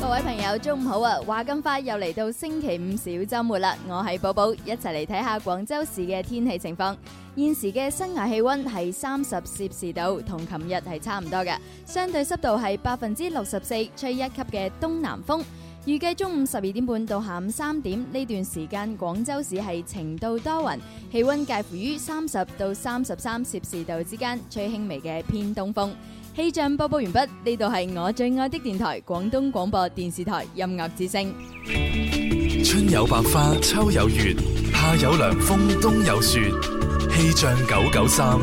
各位朋友，中午好啊！話咁快又嚟到星期五小周末啦，我係寶寶，一齊嚟睇下廣州市嘅天氣情況。現時嘅生涯氣溫係三十攝氏度，同琴日係差唔多嘅，相對濕度係百分之六十四，吹一級嘅東南風。預計中午十二點半到下午三點呢段時間，廣州市係晴到多雲，氣温介乎於三十到三十三攝氏度之間，吹輕微嘅偏東風。氣象播報完畢，呢度係我最愛的電台——廣東廣播電視台音樂之聲。春有百花，秋有月，夏有涼風，冬有雪。氣象九九三，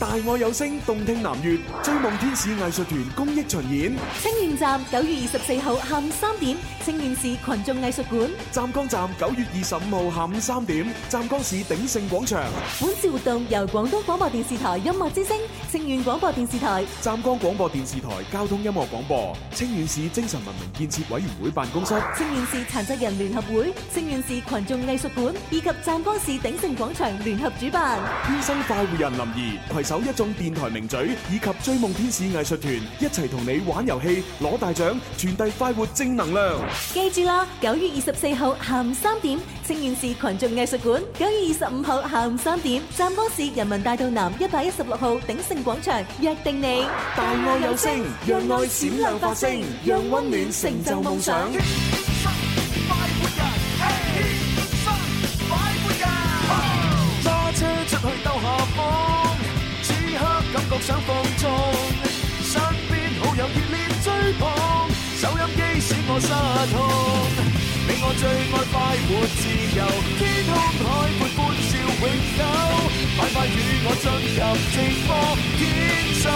大愛有聲，動聽南粵，追夢天使藝術團公益巡演，青苑站九月二十四號下午三點，青苑市群眾藝術館。湛江站九月二十五號下午三點，湛江市鼎盛廣場，本次活動由廣東廣播電視台音樂之聲、青苑廣播電視台、湛江廣播電視台交通音樂廣播，清遠市精神文明建設委員會辦公室，青縣市殘疾人聯合會、青縣市群眾藝術館以及湛江市鼎盛廣場聯合主辦。天生快活人林怡攜手一眾電台名嘴以及追夢天使藝術團，一齊同你玩遊戲，攞大獎，傳遞快活正能量。記住啦，九月二十四號下午三點，青縣市群眾藝術館；九月二十五號下午三點，湛江市人民大道南一百一十六號鼎盛廣場，約定你。大愛有聲，讓愛閃亮發聲，讓溫暖成就夢想。揸車出去兜下風，此刻感覺想放縱，身邊好友熱烈追捧，收音機使我失控。你我最愛快活自由，天空海闊歡笑永久，快快與我進入直播，天生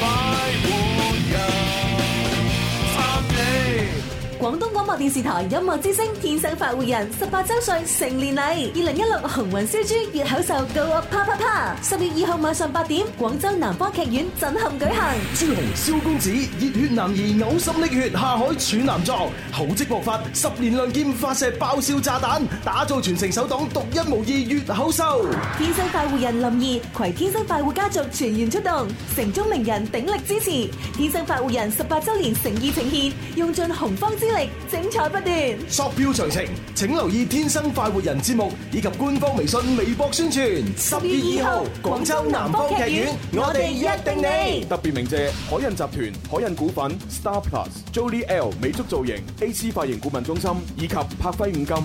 快活人，讚你。廣東廣播電視台音樂之聲天生快活人十八週歲成年禮，二零一六紅雲燒豬粵口秀 Go Up 啪啪啪，十月二號晚上八點，廣州南方劇院震撼舉行。朱紅蕭公子，熱血男兒嘔心瀝血，下海處男作，厚積薄發，十年亮劍發射爆笑炸彈，打造全城首檔獨一無二粵口秀。天生快活人林怡攜天生快活家族全員出動，城中名人鼎力支持，天生快活人十八週年誠意呈現，用盡洪荒之力，精彩不斷。索票詳情，請留意《天生快活人》節目以及官方微信、微博宣傳。十月二號，廣州南方劇院，我哋約定你。特別鳴謝海印集團、海印股份、Star Plus、Jolie L 美足造型、AC 髮型顧問中心以及柏輝五金。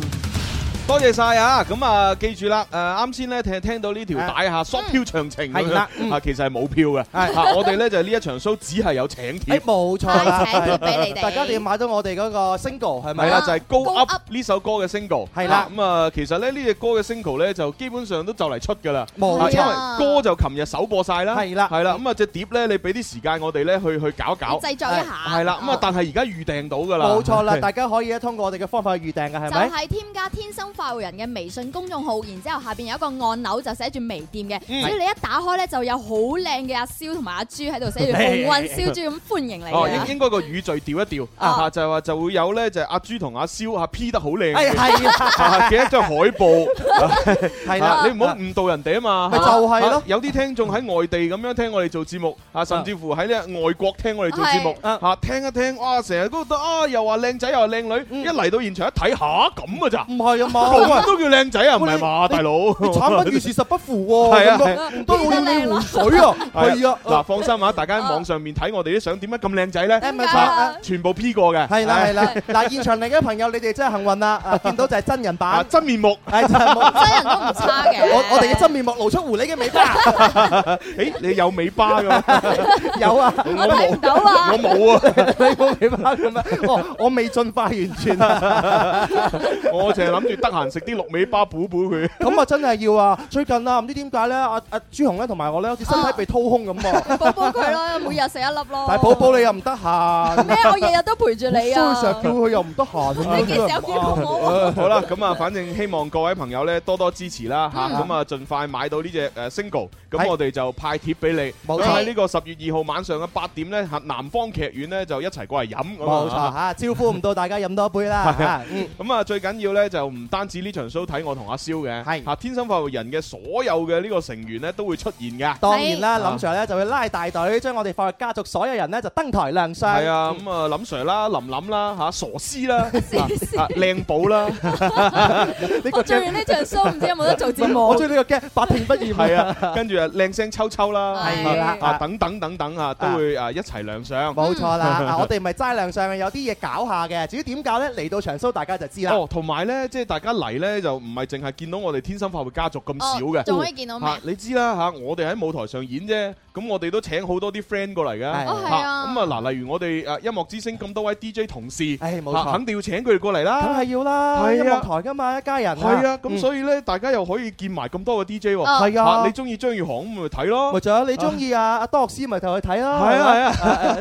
多謝晒啊！咁啊，記住啦，誒啱先咧聽聽到呢條帶嚇，索票詳情係啦啊，其實係冇票嘅，係啊，我哋咧就係呢一場 show 只係有請帖，冇錯啦啦，係大家一定要買到我哋嗰個 single 係咪？啊啦，就係 Go Up 呢首歌嘅 single，係啦咁啊，其實咧呢只歌嘅 single 咧就基本上都就嚟出㗎啦，冇啊錯因為歌就琴日首播晒啦，係啦係啦，咁啊只碟咧你俾啲時間我哋咧去去搞一搞，製作一下係啦，咁啊但係而家預訂到㗎啦，冇錯 啦，大家可以咧通過我哋嘅方法去預訂嘅係就咪？係添加天生快活人嘅微信公眾號，然之後下邊有一個按鈕就寫住微店嘅，只嗯要你一打開咧就有好靚嘅阿蕭同埋阿朱喺 度寫住紅運燒豬咁歡迎你啊哦，啊嘅應。應該個語序調一調，啊嚇就係話就會有咧，就係阿朱同阿蕭嚇 P 得好靚 哎嘅，係啦嚇嘅一張海報， 係嚇啦，你唔好誤導人哋啊嘛，咪嚇就係咯啊嚇有啲聽眾喺外地咁樣聽我哋做節目，嚇甚至乎喺咧外國聽我哋做節目，係嚇聽一聽，哇成日嗰度啊又話靚仔又話靚女，一嚟到現場一睇嚇咁啊咋，嗯唔係啊咁嘛。都叫靚仔啊？唔係嘛，你大佬，你產品與事實不符喎，係啊 咁講唔得我要你換水啊， 係啊，嗱放心啊，大家喺網上面睇我哋啲相點解咁靚仔誒咪咧？點解嚇啊啊全部 P 過嘅，係啦唉係啦，嗱現場嚟嘅朋友，你哋真係幸運 啦，啊見到就係真人啊版，真面目。係真係冇 真人都唔差嘅，我我哋嘅真面目露出狐狸嘅尾 巴， 诶，你有尾巴噶？有啊，我我睇唔冇，到啊我！冇啊！哦你冇尾巴咁樣，我我未進化完全啊， 我淨係諗住得閒食啲鹿尾巴補補佢。咁啊，真係要啊！最近啊，唔知點解咧，阿阿朱紅咧同埋我咧，好似身體被掏空 咁喎。寶寶佢咯，每日食一粒咯。但係 寶寶你又唔得閒，咩？我日日都陪住你啊！所以成日叫佢又唔得閒咁樣。你幾時有見過我啊？ 好啦，咁啊，反正希望各位朋友咧多多支持啦吓，嗯咁啊盡快買到呢只誒 single，咁係我哋就派貼俾你。冇錯咁喺呢個十月二號晚上嘅八點咧，嚇南方劇院咧就一齊過嚟飲。咁啊冇錯嚇，招呼唔到大家飲多杯啦嚇。嗯咁啊，最緊要咧就唔單止呢場 show 睇我同阿蕭嘅，係嚇天生發育人嘅所有嘅呢個成員咧都會出現嘅。當然啦，係林 Sir 咧就會拉大隊，將我哋法律家族所有人咧就登台亮相。係啊，咁啊林 Sir 啦、林林啦、嚇傻師啦、 啊靚寶啦，呢個我做 game，完呢場 show 唔知有冇得做節目我？中意呢個 game，百聽不厭。係啊，跟住啊靚聲秋秋啦，係係啦，啊啊等等等等啊，都會啊一齊亮相。冇錯啦， 啊我哋唔係齋亮相嘅，有啲嘢搞下嘅。至於點搞咧，嚟到長蘇大家就知啦。哦，同埋咧，即係大家嚟咧，就唔係淨係見到我哋天生發育家族咁少哦嘅。仲可以見到咩？嚇你知啦嚇，我哋喺舞台上演啫，咁我哋都請好多啲 friend 過嚟㗎。係哦，係嚇啊咁。啊嗱，例如我哋誒音樂之星咁多位 DJ 同事，唉，冇嚇錯肯，定要請佢哋過嚟梗啦。係要啦，係啊音樂台噶嘛，一家人。係啊，咁嗯所以咧，大家又可以見埋咁多個 DJ 喎。哦係嚇啊你，中意張宇航咁咪睇咯咪。仲有你 Ờ. 中意啊？阿多樂斯咪同佢睇啦。係啊係啊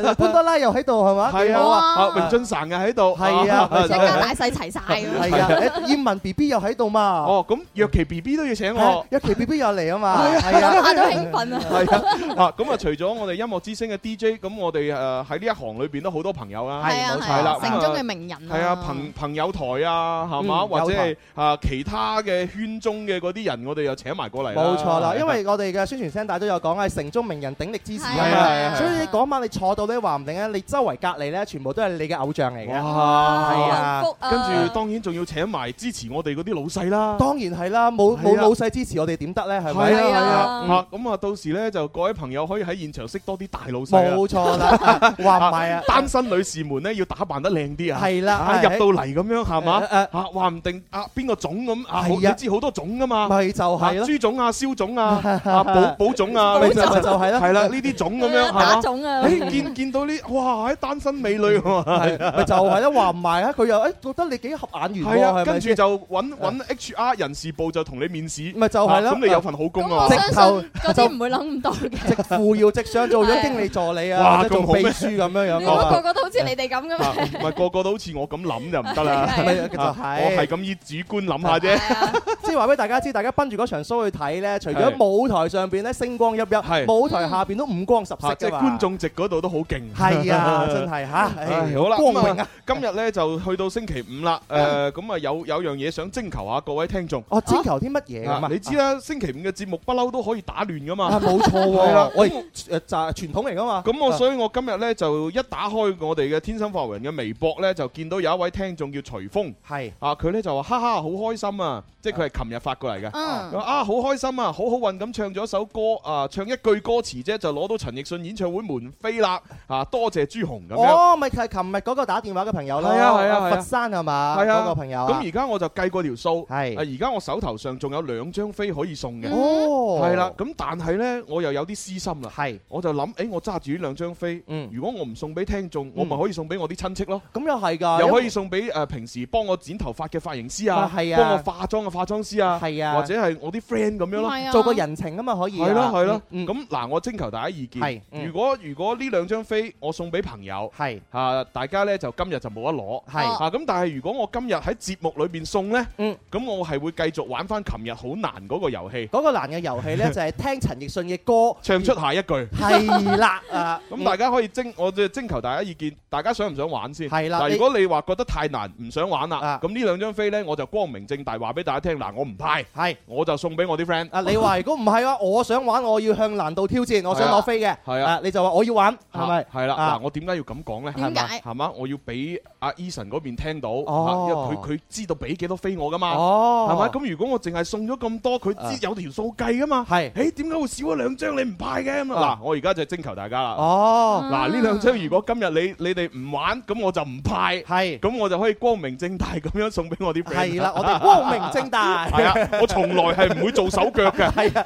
係啊，潘多拉又喺度係嘛？係幾好哇啊，啊，啊榮俊成又喺度。係啊一家大細齊晒咁，係啊，葉文 B B 又喺度嘛。哦，咁若琪 B B 都要請係我啊，。一期 B B 又嚟啊嘛。係啊。大家都興奮啊！係 啊，啊咁啊，除咗我哋音樂之星嘅 DJ，咁我哋誒喺呢一行裏邊都好多朋友啦。係啊，冇錯係啦啊，城中嘅名人係啊，朋朋友台啊，係嘛，嗯或者友台係啊其他嘅圈中嘅嗰啲人，我哋又請埋過嚟。冇錯啦，因為我哋嘅宣傳聲帶都有講係城中名人鼎力支持啊係啊係啊嘛，所以嗰晚你坐到咧，話唔定咧，你周圍隔離咧，全部都係你嘅偶像嚟嘅。哇，係啊幸福啊跟住當然仲要請埋支持我哋嗰啲老細啦。當然係啦，冇係啊冇老細支持我哋點得咧？係嗯係咪？係啊係啊啊，嚇咁啊，到時咧就各位朋友可以喺現場識多啲大老細啊冇錯啦， 話唔係啊，單身女士們咧要打扮得靚啲啊。係啦啊係入到嚟咁樣係嘛誒誒嚇，話唔定啊邊個種咁啊，好係你啊知好多種噶嘛。咪就啊係咯，朱總啊、蕭總啊、 啊寶寶總啊，咪你就就咪就係係啦，啦，呢啲種咁打樣係嘛？種啊，誒見見到呢，哇！喺單身美女 喎，係咪就係啦，話唔係啊，佢又誒覺得你幾合眼緣係喎，啊，係咪跟住先？就揾揾 HR 人事部就同你面試，咪就係啦啊咁你有份好工咁我啊！相 直頭信嗰啲唔會諗唔到嘅，直副要直上做咗經理助理啊，哇或者做咁好咩秘書咁樣你樣估個啊，個都好似你哋咁嘅啊咩？唔係個個都好似我咁諗就唔 得啦，咪就啊係我係咁以主觀諗下係啫。啊即係話俾大家知，大家奔住嗰場 show 去睇 咧，除咗係舞台上邊咧 星光熠熠，係舞台下邊都五光十色嚇即嘅係嘛觀。眾席嗰度都好勁。係 啊，真係嚇，唉唉好啦，光咁榮啊！今日咧就去到星期五啦。誒，咁啊有有樣嘢想徵求下各位聽眾。我徵哦求啲乜嘢啊咁啊？你知啦，星期五嘅節目不嬲都可以打亂噶嘛。啊，冇錯係啦喎，喂，誒就係傳統嚟噶嘛。啊咁我所以我今日咧就一打開我哋嘅天生發人嘅微博咧，就見到有一位聽眾叫徐峰係啊，佢咧就話哈哈好開心啊，即係佢係琴日發過嚟嘅。佢嗯，話啊，好開心啊，好好運咁唱咗首歌啊，唱一句歌詞啫，就攞到陳奕迅演唱會門飛啦啊！多謝朱紅咁樣。哦，咪就係琴日嗰個打電話嘅朋友咯，係啊係啊係啊佛山係嘛？係啊嗰個朋友啊咁而家我就計過條數，啊係而家我手頭上仲有兩張飛可以送嘅，哦，係啦。，咁但係呢，我又有啲私心啦，係，我就諗，誒，我揸住呢兩張飛，嗯如果我唔送俾聽眾，我咪嗯可以送俾我啲親戚咯。咁又係㗎，啊因又可以為送俾誒平時幫我剪頭髮嘅髮型師啊啊，係啊幫我化妝嘅化妝師啊，係啊或者係我啲 friend 咁樣咯，係啊做個人情啊嘛，可以啊。係咯係咯。嗯嗯咁嗱，我徵求大家意係見。嗯如果如果呢兩張飛我送俾朋友係啊，大家呢就今日就冇得攞。係啊，咁但係如果我今日喺節目裏邊送呢，嗯咁我係會繼續玩翻琴日好難嗰個遊戲，嗰個難嘅遊戲咧，就係聽陳奕迅嘅歌， 唱出下一句。係啦啊，咁大家可以徵，我就徵求大家意見，大家想唔想玩先？係啦嗱，你如果你話覺得太難，唔想玩啦啊，咁呢兩張飛呢，我就光明正大話俾大家聽，嗱，我唔派，係。我就送俾我啲 friend。啊！你話如果唔係啊，我想玩，我要向難度挑戰，我想攞飛嘅。係啊，你就話我要玩，係咪？係啦，啊嗱，我點解要咁講呢？點解係嘛？我要俾阿 Eason 嗰邊聽到，啊因為哦佢佢知道俾幾多飛我噶嘛，哦，係咪？咁如果我淨係送咗咁多，佢啊知有條數計噶嘛？係誒，點解會少咗兩張你唔派嘅咁啊啊？嗱，我而家就徵求大家啦。哦，嗱，呢兩張如果今日你你哋唔玩，咁我就唔派。係咁我就可以光明正大咁樣送俾我啲 friend。係啦，我哋光明正大。 係啊，我從來係唔會做手腳嘅。係啊，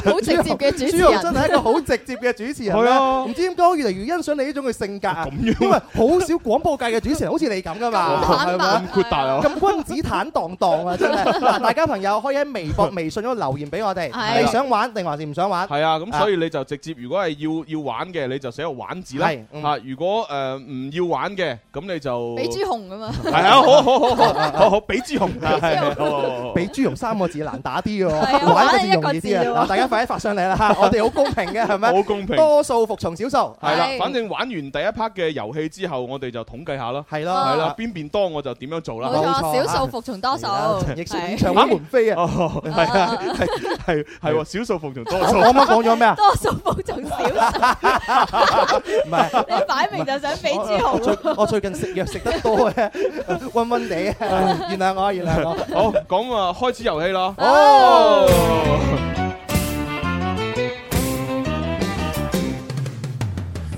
好直接嘅主朱持紅真人，係一個好直接嘅主持人係啦啊唔知點解我越嚟越欣賞你呢種嘅性格啊，咁樣因為好少廣播界嘅主持人好似你咁噶嘛，咁坦白係咪哦咁豁達啊！咁君子坦坦蕩蕩啊！ 真係嗱，大家朋友可以喺微博、微信嗰度留言俾我哋，係你想玩定還是唔想玩？係啊，咁所以你就直接如果係要要玩嘅，你就寫個玩字啦係。嗯啊，如果诶唔要玩嘅，咁你就俾朱紅咁啊！ 係啊，好好好好好好，俾朱紅，係係好好好好 俾朱容三個字難打啲嘅係啊喎，玩嗰字容易玩一個字啲啊！啫喎嗱，大家快啲發上嚟啦嚇，我哋好公平嘅係咪？好公平。多數服從少數，係啦係，反正玩完第一 part 嘅遊戲之後，我哋就統計下啦。係啊咯，係啦，。邊邊多我就點樣做冇啦。冇錯錯，少數服從多數，亦算演係唱會門飛啊！哦，係啊，係係係喎，少數服從多我數。啱啱講咗咩啊？多數服從少數，唔係。你擺明就想俾朱我紅。最我最近食藥食得多 嘅，温温地啊，原諒我，原諒我。好，咁啊，開始遊戲啦。哦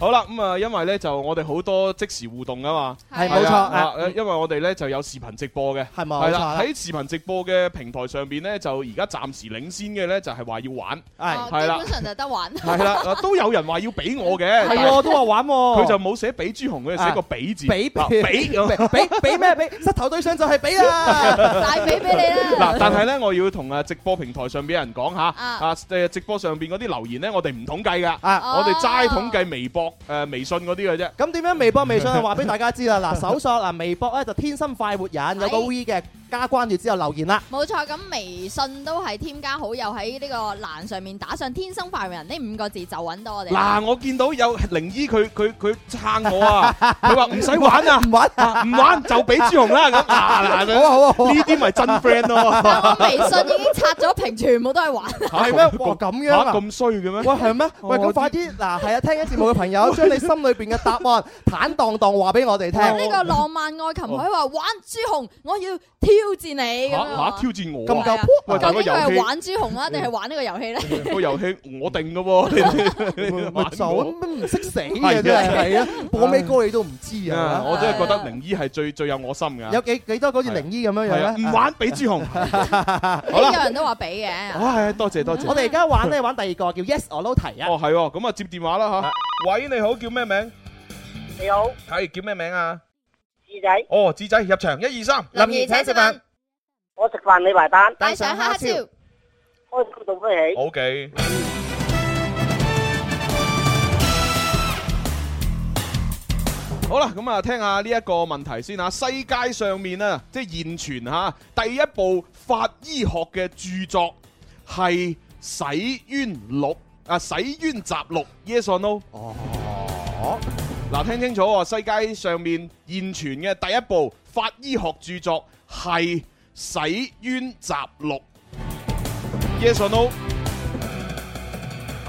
好啦，咁啊，因為咧就我哋好多即時互動啊嘛。係係冇錯啊啊啊！因為我哋咧就有視頻直播嘅，係冇係錯啦啦喺視頻直播嘅平台上邊咧，就而家暫時領先嘅咧就係話要玩，係哦係啦基本上就得玩。係啦，啊都有人話要 俾我嘅，係喎，啊都話玩喎。佢就冇寫俾朱紅，佢就寫個俾字，俾啊俾 咁。俾俾咩俾？膝頭對上就係俾啦。大髀俾你啦 嗱，！但係咧，我要同啊直播平台上邊嘅人講下，啊啊誒直播上邊嗰啲留言咧，我哋唔統計㗎，啊我哋齋統計微博、誒微信嗰啲嘅啫。咁點樣微博、微信就話俾大家知啦。嗱，搜索嗱微博咧就天生快活人，有個係 V 嘅加關注之後留言啦。冇錯，咁微信都係添加好友喺呢個欄上面打上天生快活人呢五個字就揾到我哋啦。嗱，我見到有靈醫佢佢佢撐我啊， 佢話唔使玩啊，唔玩啊唔玩就俾朱紅啦咁。嗱 嗱，好啊好啊，呢啲咪真 friend 咯。但我微信已經刷咗屏，全部都係玩。係 咩？哇咁樣嚇啊！咁衰嘅喂咩？哦係咩？喂咁快啲嗱，係啊！聽緊節目嘅朋友，將你心裏邊嘅答案坦蕩蕩話俾我哋呢聽。個浪漫愛琴海話玩朱紅，我要挑戰你咁嚇樣嚇啊。挑戰我咁啊！夠係啊喂究但竟係個佢遊係戲玩朱紅啊，定係玩呢個遊戲咧？ 個遊戲我定嘅喎，你哋你哋咪玩就我咁唔識死係啊嘅真係係啊！播咩歌你都唔知啊！啊！我真係覺得靈醫係最最有我心㗎。有幾幾多好似靈醫咁樣係啊樣咧？唔。玩俾朱 紅。好有啦，人都話俾嘅。唉，多謝多謝。我哋而家玩咧玩第二個叫 Yes or No 題啊。哦，係喎，咁啊接電話啦吓，喂，你好，叫咩名？你好，係叫咩名啊？智仔，哦，智仔入場，一二三，林怡請食飯，我食飯你埋單，帶上蝦超。開心到飛起。 O K。好啦，咁啊，聽下呢一個問題先啊。世界上面啊，即係現存吓第一部法醫學嘅著作係《洗冤錄》啊，《洗啊冤集錄》Yes or No？哦，嗱，聽清楚啊喎，世界上面現存嘅第一部法醫學著作係《洗冤集錄》。Yes or no？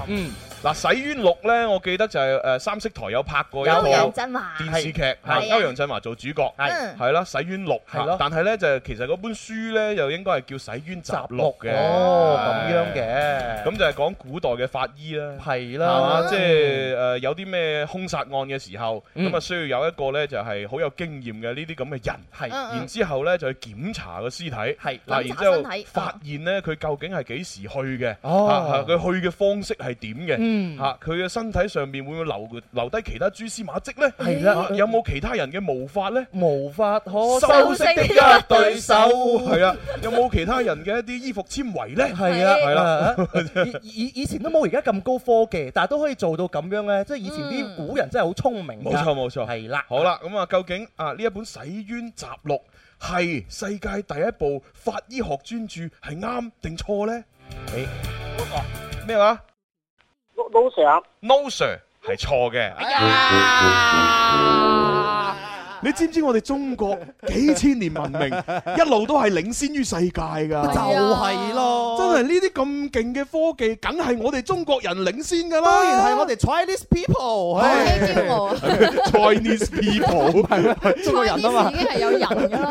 嗯，嗱，《洗冤錄》咧，我記得就係誒三色台有拍過一個振華電視劇，係係啊歐陽振華做主角，嗯係啦，《洗冤錄》係咯但係咧就其實嗰本書咧就應該係叫《洗冤集錄》嘅。哦，咁樣係。嘅，咁就係講古代嘅法醫啦。係係嘛？啦，即係誒有啲咩兇殺案嘅時候，嗯咁啊需要有一個咧就係好有經驗嘅呢啲咁嘅人，係嗯嗯然之後咧就去檢查個屍體，係檢查嗱，然之後身體發現咧佢究竟係幾時去嘅，哦啊啊佢去嘅方式係點嘅，啊嗯嚇佢嘅身體上面會唔會留留低其他蛛絲馬跡咧？係啦啊有冇其他人嘅毛髮咧？無法可修修飾飾的的一一對對手手，係啊，有冇其他人嘅一啲衣服纖維咧？係啊，係啦。啊以 以以前都冇而家咁高科技，但係都可以做到咁樣咧，即係以嗯前啲古人真係好聰明㗎。冇錯冇錯，啊係啦。好啦，咁啊，究竟啊呢一本《洗冤集錄》係世界第一部法醫學專著，係啱定錯呢？你咩話老老 Sir， ？No sir，係錯嘅。哎呀，你知唔知我哋中國幾千年 文明一路都係領先於世界啊㗎？就係咯。真係呢啲咁勁嘅科技，梗係我哋中國人領先㗎啦。當然係我哋Chinese people，唉。 Chinese people 係 中國人啊嘛。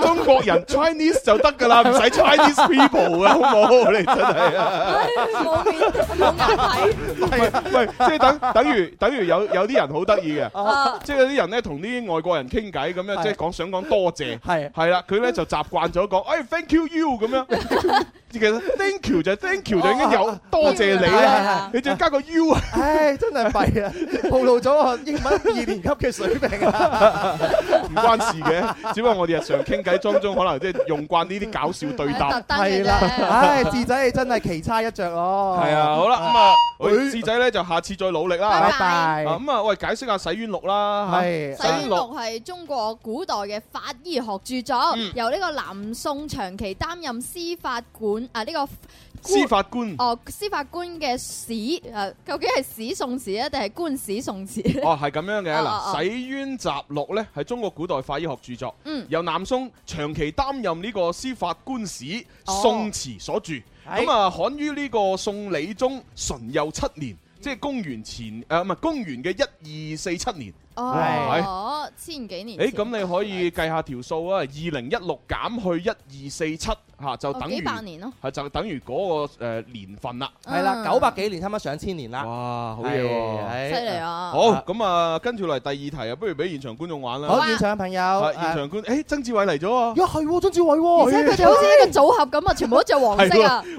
中國人 Chinese 就得㗎啦，唔使 Chinese people 啊，好唔 好？你真係啊！喂喂，即係等等於等於有有啲人好得意啊嘅，即係有啲人咧同啲外國人傾偈咁樣，即係講想講多謝， 係係啦，佢咧就習慣咗講，哎 thank you you 咁樣， 其實 thank you 就係 thank you 就已哦經有多謝你啊啦，你再加個 you 啊， 唉，真係弊啊，暴露咗我英文二年級嘅水平啊。唔關事嘅，只不過我哋日常傾偈當中可能即係用慣呢啲搞笑 對答。係啦，唉，智仔你真係奇差一着咯。係啊，好啦，咁哎啊，喂智仔咧就下次再努力啦。拜拜。啊咁啊，喂，解釋下洗冤錄啦。嚇係洗冤錄嗯。啊司法官。啊 哦，係咁樣嘅哦哦嗱，哦《洗冤集錄》咧係中國古代法醫學著作，嗯由南宋長期擔任呢個司法官史哦哎宋慈所著，係咁啊刊於呢個宋理宗淳佑七嗯年，即係公元前呃誒唔係公元嘅一二四七年。哦誒咁你可以計下條數啊，二零一六減去一二四七嚇哦就等於啊係就等於嗰個誒年份啦。係啦，九百幾年，差唔多上千年啦。哇，好嘢係，係。喎！好咁啊，跟住嚟第二題啊，不如俾現場觀眾玩啦。好，現場嘅朋友，啊！現場觀，誒曾志偉嚟咗啊！誒，呀，係喎，曾志偉喎。啊喎，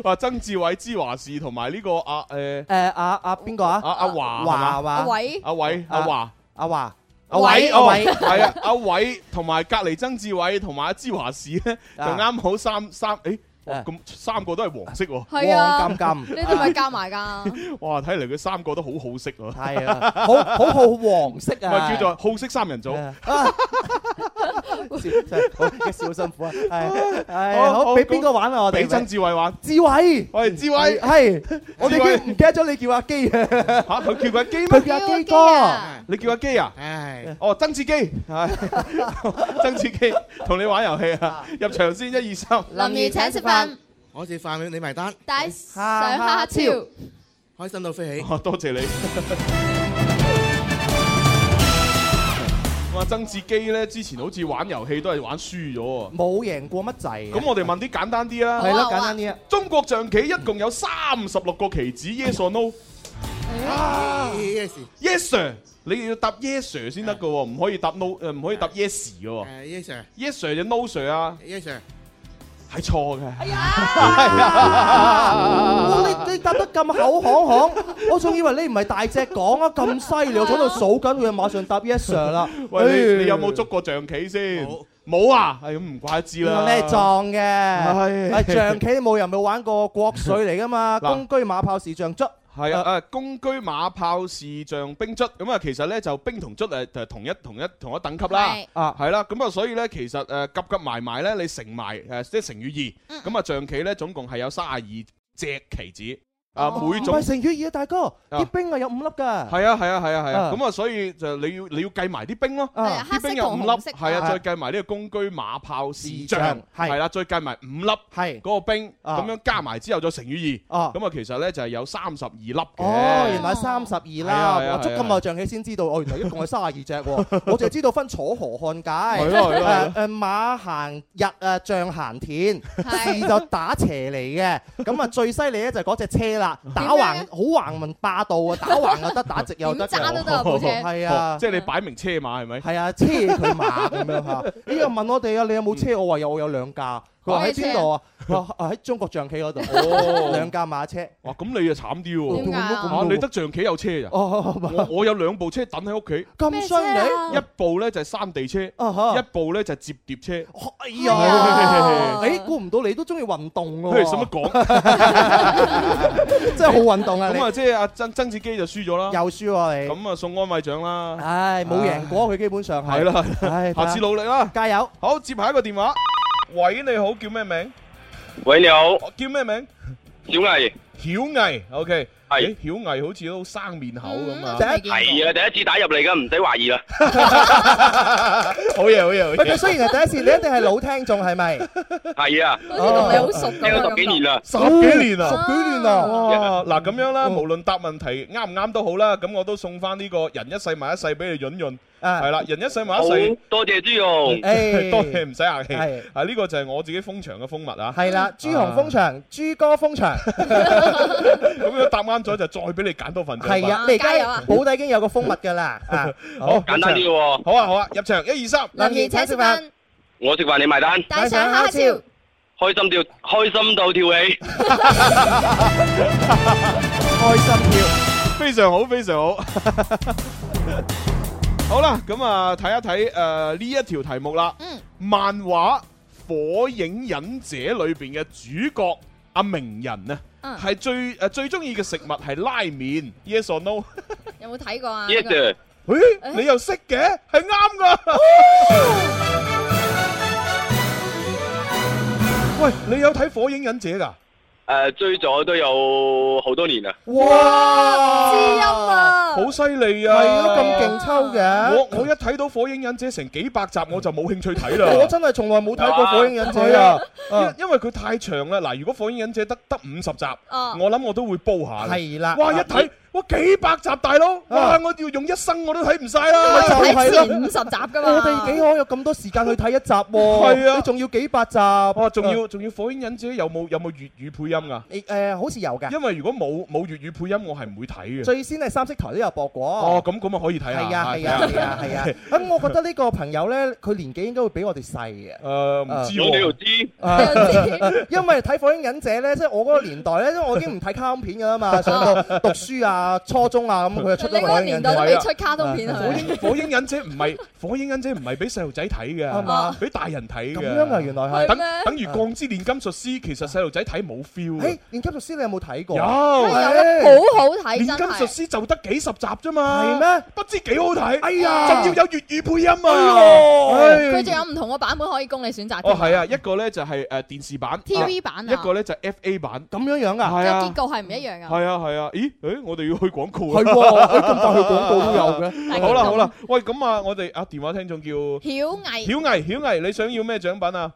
話曾志偉、芝華士同埋呢個阿誒誒，阿-阿邊個啊？阿阿華係華嘛華。啊阿偉阿華阿華。阿偉哦阿偉係啊阿偉同埋隔離曾志偉同埋阿芝華士咧，就啊啱好三三誒。哇啊咁三個都係啊黃色喎，黃金金。 哇！睇嚟佢三個都好好色喎，係啊，好-好好黃色啊。咪叫做好色三 人組。啊，笑，真係好，一笑好辛苦啊。係，係， 好，好，好，俾咁邊個玩啊，我哋？俾曾志偉玩，志偉。喂志偉係，我哋志偉。已經唔記得咗你叫阿基。啊嚇佢叫佢基咩？佢叫阿基哥。啊你叫阿基啊？哦，曾志基， 係曾志基同你玩遊戲啊！入場先，一二三。 哦，多謝你。哇，曾志基咧之前好似玩遊戲都係玩輸咗喎。冇贏過乜滯啊。咁我哋問啲簡單啲啦。嗯係咯，好啊，簡單啲啊。中國象棋一共有三十六個棋子，yes or no？Yes 啊 sir，你要答 yes sir 先得㗎喎，唔可以答 no，誒唔呃可以答 yes 㗎喎。Yes sir 定 no sir 啊？係錯嘅。哎 哇，你-你答得咁口行行，我仲以為你唔係大隻講啊，咁犀利，我喺度數緊，佢就馬上答yes sir啦。 喂，你哎。你有冇捉過象棋先？冇啊，係咁唔怪得知啦。你係撞嘅。唉。係，象棋冇人冇玩過，國粹嚟㗎嘛， 嗱。公車馬炮士象卒。係啊，誒公車馬炮士象兵卒咁啊，其實咧就兵同卒誒就同一同一同一等級啦。啊，係啦，咁啊，所以咧，其實誒夾夾埋埋咧，你乘埋誒，即係乘以二，咁啊，象棋咧總共係有三十二隻棋子，啊，每種唔係成語二啊，大哥，啲兵啊有五粒㗎。係啊，係啊，係啊，係啊，啊咁啊，所以就你要你要計埋啲兵咯，啊，啲兵有五粒，係啊，再計埋呢個公車馬炮士象，係係啦，再計埋五粒係。嗰個兵，啊咁樣加埋之後再乘以哦。二，咁啊，其實咧就係有三十二粒嘅，哦，原來32啦，係啊，係啊，我捉係啊，咁耐象棋先知道，哦，原來一共係32隻喎。 我淨係知道分楚河漢界，係咯，係咯，誒，係咯。誒，馬行日，誒，象行田， 是就打斜嚟嘅。咁啊，最犀利咧就係嗰隻車啦，打橫-好橫文霸道啊，打橫又得，打直又得嘅。係啊。哦即係你擺明車馬係咪？係啊，車佢馬咁樣嚇。呢個問我哋啊，你有冇車？我話有，我有兩架。佢話喺邊度啊？佢話啊喺中國象棋哦嗰度，哦兩架馬車。哇，咁你就慘啲點喎，解啊啊，你得象棋有車咋？哦我我有兩部車等喺屋企。咁犀利一部咧就係三地車，啊嚇！一部咧就係摺疊車。哎呀，哎呀誒估唔到你都中意運動嘿，㗎使乜喎，講？ 真係好運動啊你咁！啊，即係阿曾曾志基就輸咗啦。又輸喎你，咁啊，送安慰獎啦。唉冇贏過佢基本上係係，啦，唉下次努力啦。加油！好，接下一個電話。喂，你好，叫咩名？喂，你好，哦叫咩名？小毅，曉毅，OK。係咦曉毅好似都生面口咁哦啊。係啊，第一次打入嚟噶，唔使懷疑啦。好嘢，好嘢，好嘢。喂，佢雖然係第一次，你一定係老聽眾 係咪？系啊，好似同你好熟咁樣。聽咗十幾年啦，十幾年啊，十幾年啊哇！嗱咁樣啦，無論答問題啱唔啱都好啦，咁我都送翻呢個人一世物一世俾你潤潤，係啦，人一世好物一世。多謝朱容，哎 多謝唔使客氣，啊呢個就係我自己封場嘅封物啊。係啦，朱紅封場，朱哥封場，咁樣答啱咗就再俾你揀多份獎品。係啊，你而家保底已經有個封物㗎啦，啊， 好簡單啲喎，好啊好啊，入場一二三，林怡請食飯，我食飯你埋單，帶上哈哈超，開心跳，開心到跳 起，開心跳。非常好，非常好。 好啦，咁啊睇一睇诶呢一條題目啦。嗯，漫畫《火影忍者》裏邊嘅主角阿鸣人嗯啊，係最诶最中意嘅食物係拉麵。Yes or no？有冇睇過啊 yes sir，咦，你又識嘅，係啱噶。喂，你有睇《火影忍者》㗎？誒追咗都有好多年啦，哇！知音啊！好犀利啊！係咯，咁勁抽嘅。我我一睇到《火影忍者》成幾百集，我就冇興趣睇啦。我真係從來冇睇過《火影忍者》à. 啊！啊因因為佢太長啦。嗱，如果《火影忍者》得得五十集，哦我諗我都會煲下嘅。係啦，哇！一睇哇幾百集大佬，哇！啊我要用一生我都睇唔晒啦。就係睇咯前五十集㗎嘛。我哋幾可有咁多時間去睇一集喎？係啊你仲要幾百集？哇哇！仲要仲要《火影忍者》有冇有冇粵語配音噶？你誒，好似有㗎。因為如果冇冇粵語配音，我係唔會睇嘅。最先係三色台都有播過。哦，咁咁啊可以睇下。係啊，係睇啊，下係啊， 係啊。咁我覺得呢個朋友咧，佢年紀應該會比我哋細嘅。 誒唔知有你又喎。知， 因為睇《火影忍者》咧，即係我嗰個年代咧，因為我已經唔睇卡通片㗎啦 嘛，上到讀書啊、初中啊咁，佢就出你咗《火嗰個影年忍者代》。都未出卡通片係火咪？影火影忍者唔係 火影忍者唔係俾細路仔睇係嘅嘛，俾大人睇咁嘅。樣啊，原來係。等咩等於鋼之煉金術師，其實細路仔睇冇 feel 誒嘅。，連級術師你有冇睇過？係有好好煉睇金真術係。師就得幾十集啫嘛，係？咩？不知幾好睇，哎呀仲要有粵語配音哎啊！佢仲有唔同嘅版本可以供你選擇哦，添。係啊，一個咧就係誒電視版 TV 版啊一個咧就 FA 版，咁樣樣啊？係個啊結。構係唔一樣㗎。係啊係啊，咦？誒，我哋要去廣告係啊！喎，佢咁快去廣告都有嘅。大家 好啦咁好啦，喂，咁啊，我哋啊電話聽眾叫曉毅曉毅，曉毅，你想要咩獎品啊？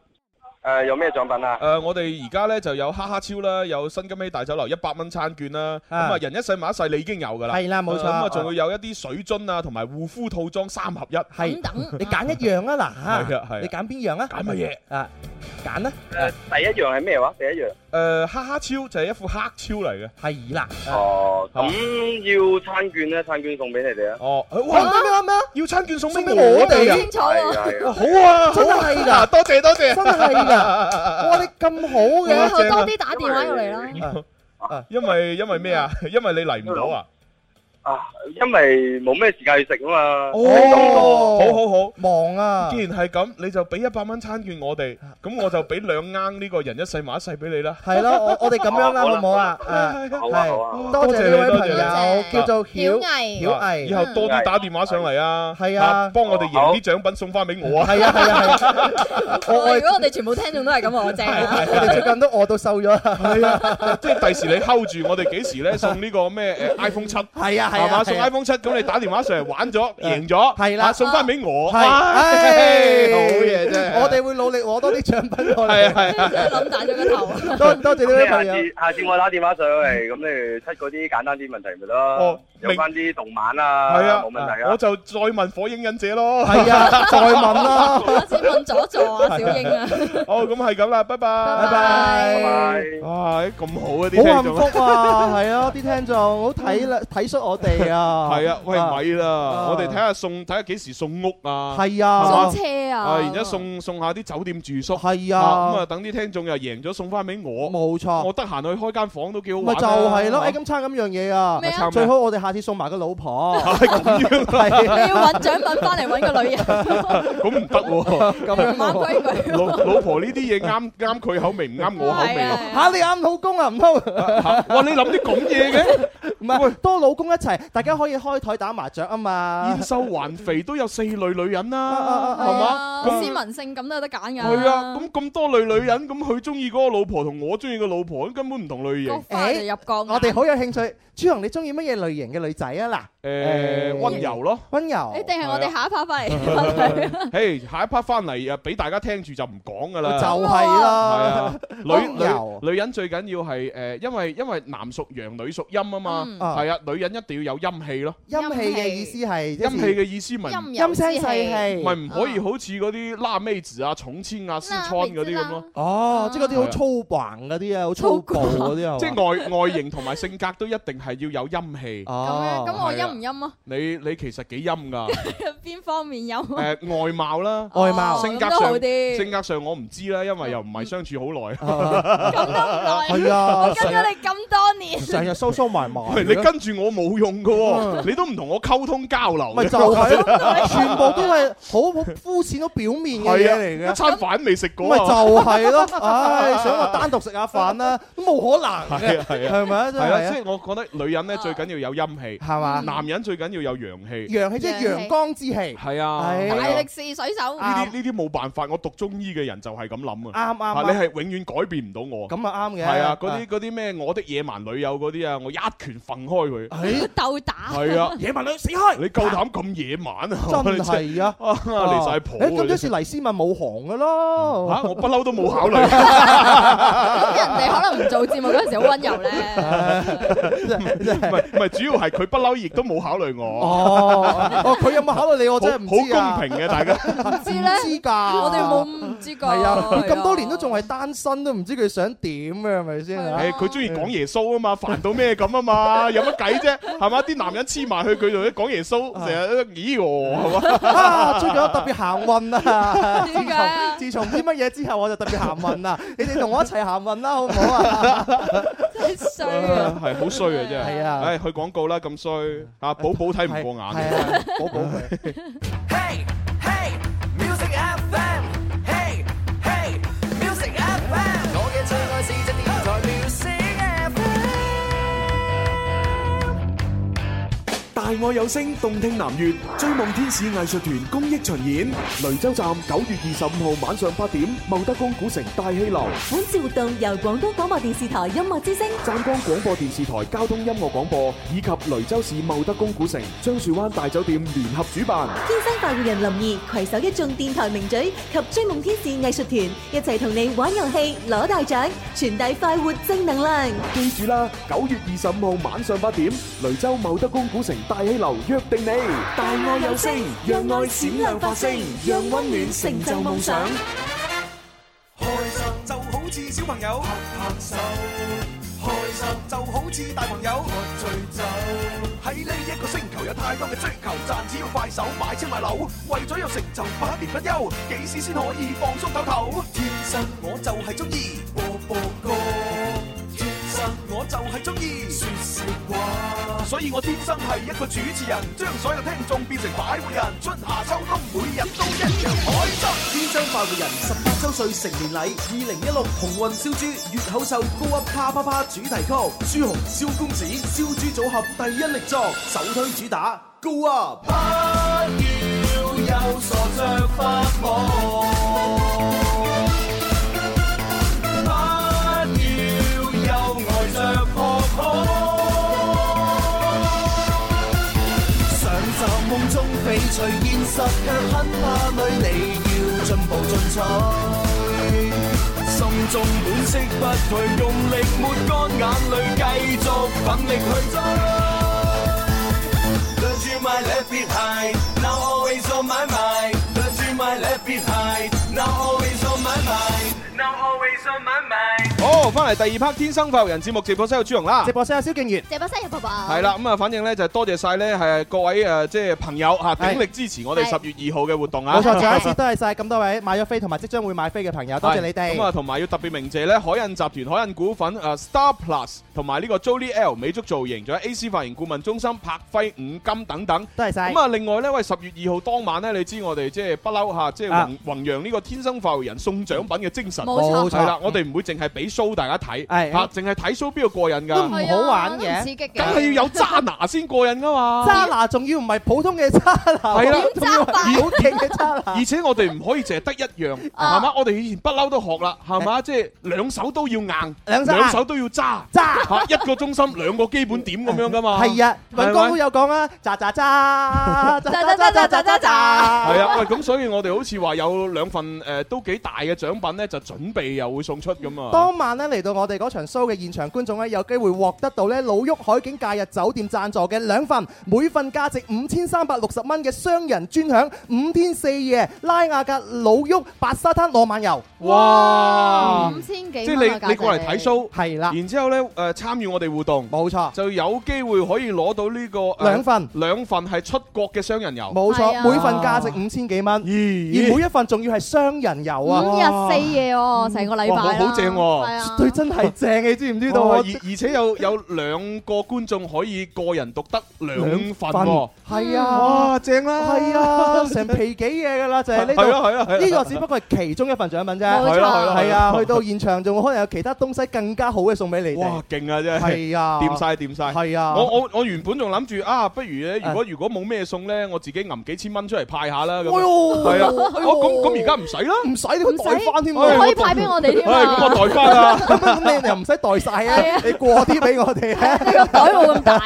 誒有咩獎品啊？誒，我哋而家咧就有哈哈超啦，有新金禧大酒樓一百蚊餐券啦，咁啊啊人一世物一世你已經有㗎啦。係啦，冇錯。咁啊，仲會有一啲水樽啊，同埋護膚套裝三合一。等係，等你。揀一樣啊嗱係嚇啊係啊你揀邊樣啊？揀乜嘢？啊，揀啦，誒第一樣係咩話？第一樣，誒，哈哈超就係一副黑超嚟嘅。係啦。哦，咁要餐券咧，餐券送俾你哋啊，哦，咩哇！咩咩？要餐券送送俾俾我哋啊清楚喎係。啊係哇，啊，好啊，真好啊 係㗎嗱多謝多謝。真係 㗎！哇，你咁好以嘅哇後多啲打電話入嚟啦。因為因為咩啊？因為你嚟唔到啊。啊，dạ. 因為冇咩時間去食啊嘛，哦好好好。忙啊！既然係咁，你就俾一百蚊餐券我哋，咁我就俾兩啱呢個人一世物一世俾你啦。係咯，我我哋咁樣啦，好好唔啦好啊？好啦啊好啊好啊，好啊多謝呢位朋多謝友，叫做曉曉毅曉以毅。後多啲打電話上嚟啊，係啊幫我哋好贏啲獎品送翻俾我啊。係啊係啊係啊！我哇我如果我哋全部聽眾都係咁，我正啊！ 我哋最近都餓到瘦咗啦。係 啊，即係第時你 hold 住我哋幾時咧送呢個咩誒 iPhone 七？係啊係嘛？送 iPhone 七，咁你打電話上嚟玩咗，贏咗，係啦啊送翻俾我，係，唉唉好 嘢真係。我哋會努力攞多啲獎品過係啊嚟。係啊係啊諗大咗個頭。多 多謝呢位下朋友。次下次我打電話上嚟，咁你出嗰啲簡單啲問題咪得哦咯，有明關啲動漫啊，係啊冇問題我啊。就再問火影忍者咯。係啊，再問啦。我先問左座啊，小英啊，哦，咁係咁啦，拜拜拜。拜拜拜。哇，咁好啊啲好聽幸眾。福啊，係啊，啲聽眾好體諒體恤我哋 啊。係啊，喂咪啦，啊我哋睇下送，睇下幾時送屋啊。係啊送，車啊，啊，然之後送送下啲酒店住宿。係啊咁啊，啊，等啲聽眾又贏咗送翻俾我。冇我錯，得閒去開間房都幾好咪玩啊。就係 咯，啊誒咁差咁樣嘢啊咩，啊最好我哋下次送埋個老婆。係咁樣，係你啊要揾獎品翻嚟揾個女人， 咁唔得喎。咁樣馬喎。規矩老喎。老婆呢啲嘢啱啱佢口味，唔啱我口味係喎。啊，嚇你啱老公啊，唔通唔哇！你諗啲咁嘢嘅，係多老公一齊，大家可以開台打麻雀啊嘛燕。瘦還肥都有四類女人啊啦，啊係嘛？啊斯咁文性感都有得揀㗎。係啊，咁咁多類女人，咁佢中意嗰個老婆同我中意嘅老婆根本唔同類各型。花就入各眼我哋好有興趣，朱紅你中意乜嘢類型嘅女仔啊？嗱，诶 Ờ. 温柔咯。温柔你定係我哋下一 part 翻嚟問佢？ 诶，下一 part 翻嚟啊，俾大家聽住就唔講噶就啦。係係啦啊，，女温柔女女人最緊要係诶，因為因為男屬陽，女屬陰啊嘛。嗯啊係啊，女人一定要有陰氣咯。陰氣嘅意思係陰氣嘅意思咪陰陰柔之聲氣，細氣咪唔可以好似嗰啲拉妹子啊、重千啊、私嗱穿嗰啲咁咯。，哦，即係嗰啲係好啊粗橫嗰啲啊，好粗暴嗰啲啊，即係外外形同埋性格都一定係要有陰氣。咁樣咁哦，我陰唔陰啊？ 你你其實幾陰㗎？邊方面陰啊？誒呃外貌啦，外貌哦性格咁都好上啲，性格上我唔知啦，因為又唔係相處好耐。咁都唔耐，嗯係啊， 我跟咗你咁多年，成日收收埋埋喂，嘅，你跟住我冇用㗎喎，你都唔同我溝通交流咪嘅。就係咯，嗯全部都係好好膚淺、好表面嘅係嘢啊，嚟一嘅。餐飯都未食過咪就啊。係咯，唉，想話單獨食下飯 啦，都冇可能係嘅，啊係啊係咪啊？真係啊，係即啊，係我覺得女人咧最緊要有陰氣，係嘛？男人最緊要有陽氣。陽氣即係陽光之氣，係啊，係係大啊力士水手，呢啲呢啲冇辦法，我讀中醫嘅人就係咁諗啊。啊啱啱啊，你啱，係永遠改變唔到我。咁啊啱嘅。係啊，嗰啲嗰啲咩我的野蠻女友嗰啲啊，我一拳揈開佢。啲，鬥打，係啊， 野蠻女死開，你夠膽咁野蠻啊！真係啊！ 啊，離晒誒譜咁啊！即真是係嗯黎斯咪冇行嘅咯。嚇，我不嬲都冇考 慮。咁人哋可能唔做節目嗰陣時好温柔咧。唔係唔係，主要係佢不嬲，亦都冇考慮我。哦，哦，佢有冇考慮你？我好真係唔知啊好公平嘅，大家唔知咧唔知㗎，我哋冇唔知過，係啊，佢咁多年係啊都仲係單身，都唔知佢想點嘅係咪先係啊啊？誒，佢中意講耶穌啊嘛，煩到咩咁 啊嘛，有乜計啫？係嘛，啲男人黐埋去佢度講耶穌，成日都咦喎，係嘛？ 啊，最近我特別行運 啊！自點解從啊自從唔知乜嘢之後，我就特別行運 啦。你哋同我一齊行運啦，好唔好啊？真係衰啊！係好衰啊，真係。係啊唉，去廣告啦，咁衰啊！寶寶睇唔過眼。係啊，寶寶佢 Hey, hey, music FM. Hey, hey, music FM. 我嘅最愛是只電台 music FM。大愛有聲，動聽南粵，追夢天使藝術團公益巡演，雷州站九月二十五號晚上八點，茂德宮古城大戲樓，本次活動由廣東廣播電視台音樂之聲、湛江廣播電視台交通音樂廣播以及雷州市茂德宮古城樟樹灣大酒店聯合主辦。天生快活人林兒攜手一眾電台名嘴及追夢天使藝術團，一齊同你玩遊戲、攞大獎，傳遞快活正能量。記住啦，九月二十五號晚上八點，雷州茂德宮古城大喜樓約定你。大愛有聲，讓愛閃亮發聲，讓溫暖成就夢想。開心就好似小朋友拍拍手，開心就好似大朋友喝醉酒。喺呢一個星球有太多嘅追求，賺錢要快手買車買樓，為咗有成就百年不休，幾時先可以放鬆唞唞？天生我就係中意播播歌，天生我就係中意説笑話，所以我天生係一個主持人，將所有聽眾變成擺活人，春夏秋冬每日都一樣開心。天生快活人十八周歲成年禮，二零一六紅運燒豬粵口秀高 up 啪啪啪主題曲，朱紅、蕭公子、燒豬組合第一力作，首推主打高 up。不要有傻着發夢，不要有呆着撲空。想就夢中翡翠，現實卻很怕累，你要進步進取。心中本色不退，用力抹乾眼淚，繼續奮力去追。Don't you my left behind, now always on my mind. Don't you my left behind, now always on my mind. Now always on my mind. 好，翻嚟第二 part《天生快活人》節目直播室有朱容啦直。播室有蕭敬元，謝伯生有伯伯，係係，啦，咁啊，反正咧就多謝晒咧，係各位誒，即係朋友嚇係鼎力支持我哋係十月二號嘅活動啊！冇錯，再一 次多謝晒咁多位買咗飛同埋即將會買飛嘅朋友，多謝你咁啊，哋。同埋要特別鳴謝咧，海印集團、海印股份、啊 Star Plus 同埋呢個 Jolie L 美足造型，仲有 AC 髮型顧問中心、柏輝五金等等。多謝晒咁。啊，另外咧，喂，十月二號當晚咧，你知我哋即係不嬲嚇，即係啊弘弘揚呢個天生快活人送獎品嘅精神。冇錯冇錯係啦，我哋唔會淨係俾 show 大家睇，係嚇淨係睇 show 邊度過癮㗎？唔好玩嘅係啊都唔刺激嘅，梗係要有渣拿先過癮㗎嘛！渣拿仲要唔係普通嘅渣拿，係啦仲要係好勁嘅渣拿而。且我哋唔可以淨係得一樣，啊係嘛？我哋以前不嬲都學啦，係嘛？即係兩手都要硬，兩手硬兩手都要揸，揸嚇一個中心兩個基本點咁樣噶 嘛？係啊，尹光都有講啊，渣渣 渣，渣渣渣渣渣渣渣，係啊，喂，咁所以我哋好似話有兩份誒都幾大嘅獎品咧，就準備又會送出咁啊。當晚咧嚟到我哋嗰場 show 嘅現場觀眾咧，有機會獲得到咧老毓海景假日酒店贊助嘅兩份，每份價值五千三百六十蚊嘅雙人專享五天四夜拉雅格老毓白沙灘浪漫遊，哇！五千幾即蚊啊，係你你簡直過嚟睇 show，係啦，然之後咧誒參與我哋互動，冇錯，就有機會可以攞到呢個誒兩份兩份係出國嘅雙人遊。冇錯係啊，每份價值五千幾蚊，而每一份仲要係雙人遊五啊，日四夜喎，成個禮哇好拜啦好正喎係啊對，真 係正，你知唔知道哇啊哦而？而且有有兩個觀眾可以個人獨得兩份 à. 喎，係啊。哇正啦，係啊，成 皮幾嘢㗎啦，就係呢度。係啊係啊係啊呢個只不過係其中一份獎品啫。冇錯係啊係啊係啊，去到現場仲可能有其他東西更加好嘅送俾你哇哋。勁啊真係，係啊，掂晒掂晒。係啊，我我我原本仲諗住啊，不如咧，如果如果冇咩送咧，我自己揞幾千蚊出嚟派下啦。咁哎樣呦，係啊，哎呦哦咁咁而家唔使啦，唔使你袋翻添啊唔使喎可以派俾我哋添唉咁啊！我袋翻啦。咁你又唔使袋晒係啊啊，你過啲俾我哋啊。你個袋冇咁大，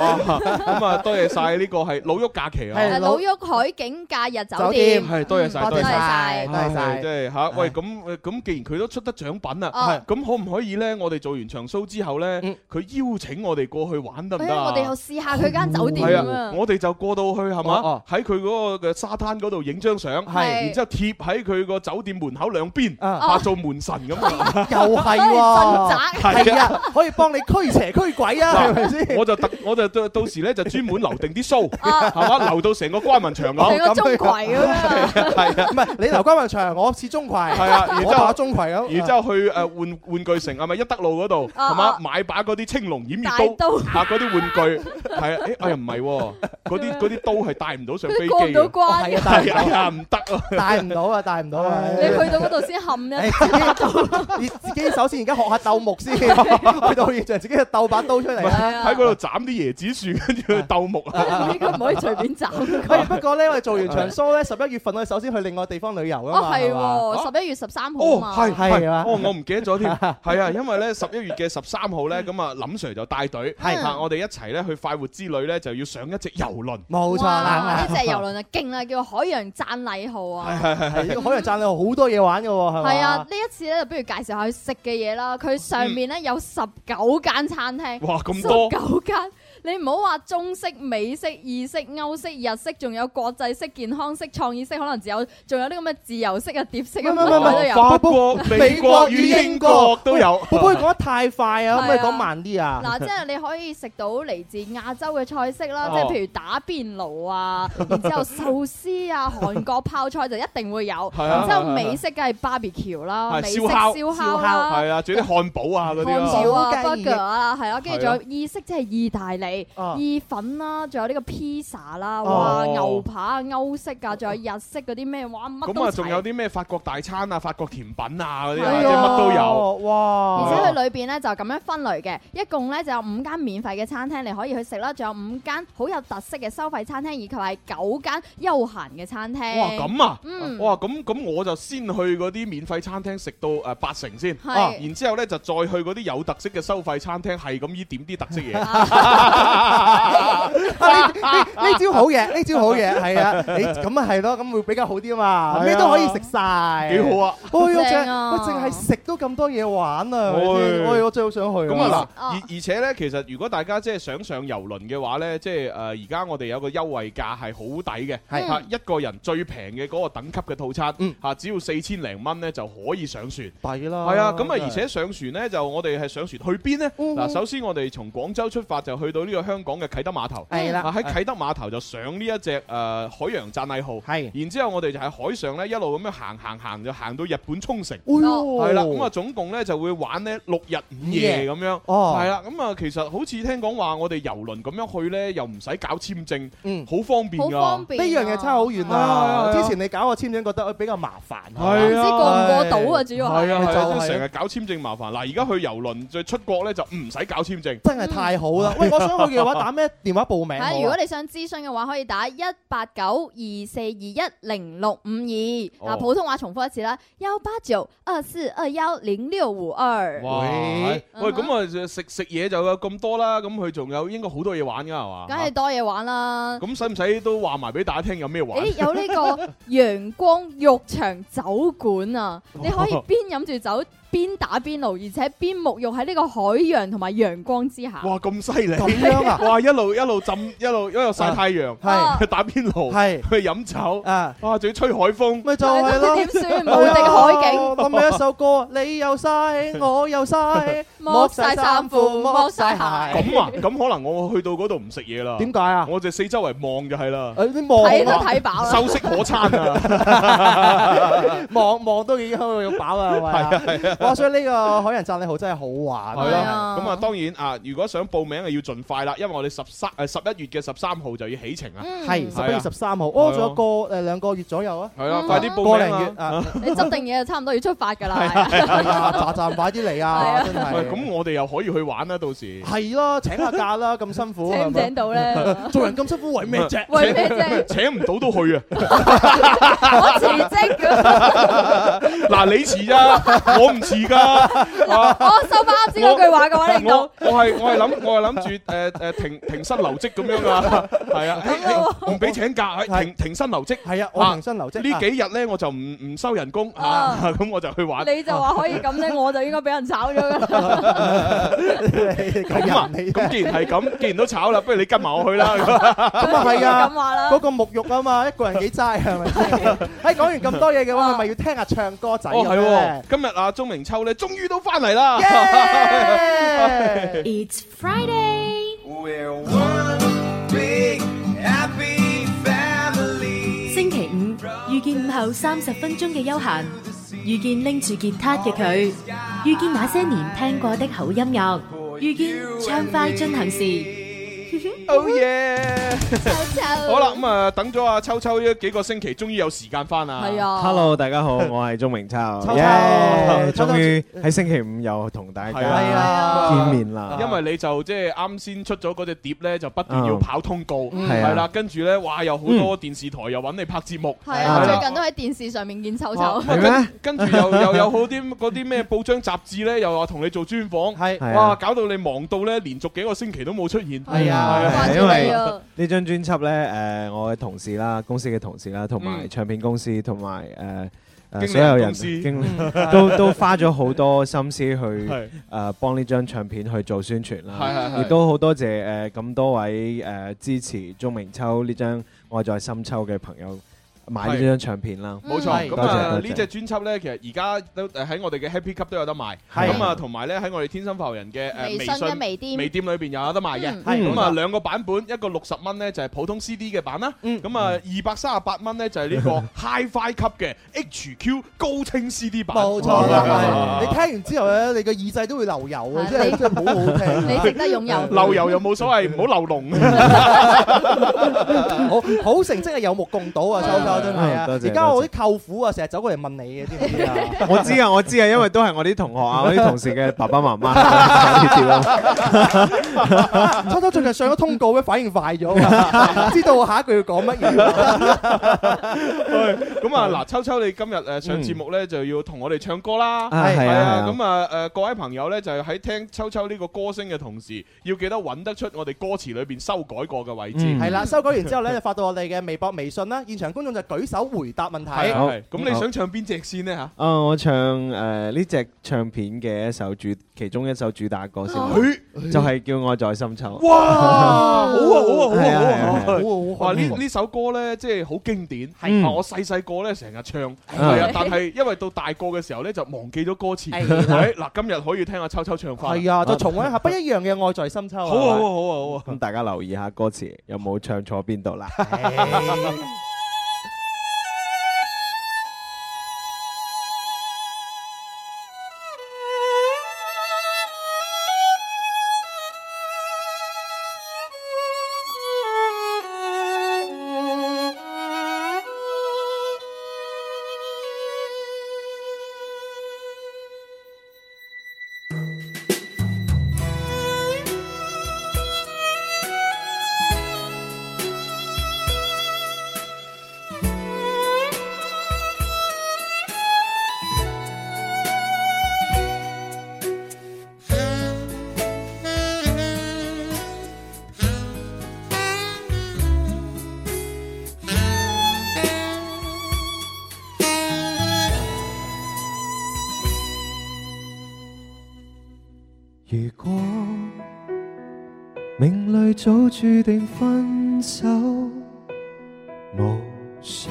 哦咁啊，多謝晒呢個係老喐假期啊，係誒老毓海景假日酒酒店店。係多謝晒，多多謝謝晒。晒，嗯多謝唉晒即。係嚇，喂係咁呃咁，既然佢都出得獎品啦啊，咁可唔可以咧？我哋做完場 show 之後咧嗯，佢邀請我哋過去玩得唔哎得呀啊？我哋又試下佢間酒店係咁 啊，啊！我哋就過到去係哦嘛哦，喺佢嗰個嘅沙灘嗰度影張相，係然之後貼喺佢個酒店門口兩邊，啊啊做門神咁啊！ 又係鎮喎，宅係啊，可以幫你驅邪驅鬼啊，係咪先？我就特我就到到時咧就專門留定啲須，係嘛，留到成個關文場成咁。個鐘馗咁樣，係啊，哦唔係你留關文長，我似中攜，係啊，然之我打後。中攜咁。然之後去誒玩玩具城係咪一德路嗰度啊係嘛啊買把嗰啲青龍偃月大刀啊嗰啲玩具係啊誒哎呀唔係喎嗰啲嗰啲刀係帶唔到上飛機都過唔到嘅關係嘅。啊，帶唔係啊到哎呀帶唔得啊唔到啊，帶唔到啊！你去到嗰度先冚唉啫，自己自己首先而家學下鬥木先，去到現場自己就鬥把刀出嚟啦。喺嗰度斬啲椰子樹跟住去鬥木啊呢個唔可以隨便斬。喂，不過咧，我哋做完長 show 咧，十一月份我哋首先去另外地方旅遊啊哦，嘛，係嘛喎，十一月十三號啊哦係嘛，係係啊哦我唔記 得咗添係啊因為咧十一月嘅十三號咧咁啊林 Sir 就帶隊係啊我哋一齊咧去快活之旅咧就要上一隻遊輪冇錯哇！啦呢。隻遊輪啊，勁啊，叫海洋讚禮號啊！係呢個海洋讚你好多嘢玩嘅喎，係嘛？係啊，呢一次咧就不如介紹下佢食嘅嘢啦。佢上面咧有十九間餐廳，哇咁多十九間。你唔好話中式、美式、意式、歐式、日式，仲有國際式、健康式、創意式，可能只有仲有啲咁嘅自由式啊、碟式啊，唔係唔係唔係乜都有。法國、美國與英國都有會唔會講得太快啊？可唔可以係啊講慢啲啊？嗱，即係你可以食到嚟自亞洲嘅菜式啦，哦即係譬如打邊爐啊，然之後壽司啊、韓國泡菜就一定會有，係啊然之後美式梗係 barbecue 啦，係啊美式燒烤燒烤啦。係啊仲 有啲漢堡啊嗰啲漢堡啊啊、小雞翼 burger 啊，係啊，跟住係啊仲有意式，即係意大利啊意粉啦，仲有呢個 pizza 啦，哦哇，牛扒啊、歐式啊，仲有日式嗰啲咩，哇，乜咁都啊仲齊。有啲咩法國大餐啊、法國甜品啊嗰啲係啊啊即係乜都有。哦哇！而且佢裏邊咧就咁樣分類嘅，一共咧就有五間免費嘅餐廳你可以去食啦，仲有五間好有特色嘅收費餐廳，以及係九間休閒嘅餐廳。哇咁啊！嗯哇咁咁我就先去嗰啲免費餐廳食到誒八成先，係啊然之後咧就再去嗰啲有特色嘅收費餐廳，係咁依點啲特 色嘢。啊 呢呢呢招好嘢，呢招好嘢，係 à. 啊，你咁啊係咯，咁會比較好啲啊嘛，咩都可以食晒，幾好啊！哎呀！正淨啊喂，淨係食都咁多嘢玩啊！哎哎呀，我真係好想去咁啊嗱，哦而而且咧，其實如果大家即係想上遊輪嘅話咧，即係誒而家我哋有個優惠價係好抵嘅，係嚇一個人最平嘅嗰個等級嘅套餐啊嗯，嚇只要四千零蚊咧就可以上船。嗱，弊啦，係嗯啊，咁啊，而且上船呢，就我哋係上船去邊呢？嗱，首先我哋從廣州出發就去到呢呢個香港嘅啟德碼頭，係啦啊喺啟德碼頭就上呢一隻誒海洋讚禮號，係然之後我哋就喺海上咧一路咁樣行行行，就行到日本沖繩。哦係啦，咁啊總共咧就會玩咧六日五夜五夜咁樣，哦係啦，咁啊其實好似聽講話我哋遊輪咁樣去咧，又唔使搞簽證，嗯好方便好方㗎。便呢啊。樣嘢差好遠係啊啊！係啊之前你搞個簽證覺得比較麻煩，唔係知啊過唔過到啊，主要係。係啊，就係啊，係成日搞簽證麻煩。嗱，而家去遊輪再出國咧就唔使搞簽證。真係太好啦！喂，我想去嘅話，打咩電話報名 好啊？係如果你想諮詢嘅話，可以打一八九二四二一零六五二。哦嗱，普通話重複一次啦，幺八九二四二幺零六五二。嗯哇！喂喂，咁啊食食嘢就有咁多啦，咁佢仲有應該好多嘢玩噶係嘛？梗係多嘢玩啦。咁使唔使都話埋俾大家聽有啊咩玩？誒有呢個陽光浴場酒館 啊，你可以邊飲住酒邊打邊爐，而且邊沐浴喺呢個海洋同埋陽光之下。哇！咁 犀利！咁樣啊？ 哇！一路一路浸，一路一路曬太陽，係去打邊爐，係去飲酒，啊，哇！仲要吹海風。咪就係係咯，咯點。 算無敵海景？咁咪一首歌，你又嘥，我又 嘥，剝晒衫褲，剝晒 鞋。咁啊，咁可能我去到嗰度唔食嘢啦。點解啊？我就四周圍望就係啦，誒你望睇都啊睇飽啦。秀色可餐 啊！望望都已經有飽 啦，係咪啊？哇！所以呢個海人讚你好真係好玩。係係咯，啊咁啊當然啊，如果想報名啊要盡快啦，因為我哋十三誒十一月嘅十三號就要起程啦。啊嗯係係十一月十三號，哦，仲有個誒兩個月左右啊，係啊，嗯快啲報個名零啊月！ 啊，你執定嘢就差唔多要出發㗎啦。係啊，喳喳快啲嚟係啊，啊真喂，係。咁我哋又可以去玩啦，到時。係咯，請下假 啦，咁辛苦。請唔請到咧？ 做人咁辛苦為咩啫？ 為咩 啫？請唔到都去啊！ 我辭職㗎， 嗱，你遲咋，我唔 遲噶。啊我收翻啱先嗰句話嘅話，你我到我係我係諗我係諗住誒誒停停薪留職咁 樣噶，係啊，咯唔俾請假，係停停薪留職。係啊，我停薪留職。呢幾日咧我就唔唔收人工啊啊， 咁我就去玩。你就話 可 以咁啊咧，我就應該俾人炒咗㗎啦。你個人咁啊，你啊咁既然係咁，既然都炒啦，不如你跟埋我去啦。咁啊係咁啊，話啦嗰。個沐浴啊嘛，一個人幾齋係咪 先？喺講完咁多嘢嘅話，係咪要 聽下唱歌仔哦，咁係咧喎，今日啊，鐘明秋咧，終於都翻嚟啦。 耶 It's Friday。 We're one big happy family。星期五遇見午後三十分鐘嘅休閒，遇見拎住吉他嘅佢，遇見那些年聽過的好音樂，遇見暢快進行時。 Oh yeah！秋秋好啦，咁啊，等咗阿秋秋呢幾個星期，終於有時間翻啦。係啊 Hello，大家好，我係鐘明秋，秋秋耶秋秋終於喺星期五又同大係係家啊，見面啦。因為你就即係啱先出咗嗰隻碟咧，就不斷要跑通告，嗯係啊嗯係啦，跟住咧，哇，有好多電視台又揾你拍節目，係係啊，啊最近都喺電視上面見秋哇秋咁。係咩啊跟跟住又又有好啲嗰啲咩報章雜誌咧，又話同你做專訪，係係哇，啊，搞到你忙到咧，連續幾個星期都冇出現。係啊 Ờ, 掛係啊住因你為啊！呢張專輯咧，誒，我嘅同事啦，公司嘅同事啦，同埋嗯唱片公司，同埋誒誒經理人所有人公司經理 都都花咗好多心思去係誒幫呢張唱片去做宣傳啦。係係係亦都好多謝誒咁多位誒支持鍾明秋呢張《愛在深秋》嘅朋友買呢張唱片嗯啦。冇係錯，咁多謝啊多謝 呢隻專輯咧，其實而家都誒喺我哋嘅 Happy Cup 都有得賣，係咁啊同埋咧喺我哋天生發人嘅誒微信嘅微店微店裏邊又有得賣嘅嗯。係咁啊，兩個版本，一個六十蚊咧就係普通 CD 嘅版啦，嗯咁啊二百三十八蚊咧就係呢 個 HiFi 級嘅 HQ 高清 CD 版，冇錯啦，係你聽完之後咧，你個耳仔都會流油啊，係真係你真係 好好聽。啊你值得擁有。 流油又冇所謂，唔好流龍。好好成績係有目共睹啊，秋秋真係啊！嗯多謝而家我啲舅父啊，成日走過嚟問你嘅，知唔 知啊？我知啊，我知啊，因為都係我啲同學啊，我啲同事嘅爸爸媽媽呢啲咯。 秋秋最近上咗通告咧，反應快咗 啊，知道我下一句要講乜嘢。咁 Ờ. 啊嗱，秋秋你今日誒上節目咧就要同我哋唱歌啦。Ừ。啊，係係啊，係啊，啊。咁啊，誒各位朋友咧，就係喺聽秋秋呢個歌聲嘅同時，要記得揾得出我哋歌詞裏邊修改過嘅位置。嗯係啦，修改完之後咧，就發到我哋嘅微博、微信啦。現場觀眾就舉手回答問題。係好係咁你想唱邊只先呢？吓？啊！我唱誒呢只唱片嘅一首主，其中一首主打歌哦先啦，就係叫《愛在深秋》。 哎哇！ 好啊，好啊，好啊，係好啊，係係啊！哇，呢呢首歌咧，即係好經典。係啊我細細個咧成日唱，係係啊，但係因為到大個嘅時候咧就忘記咗歌詞。係啦係嗱，今日可以聽下秋秋唱翻。係啊，就重温一下不一樣嘅愛在深秋啊。好啊，好啊，好啊，好啊！哎咁大家留意下歌詞有冇唱錯邊度啦。哎如果命里早注定分手，無需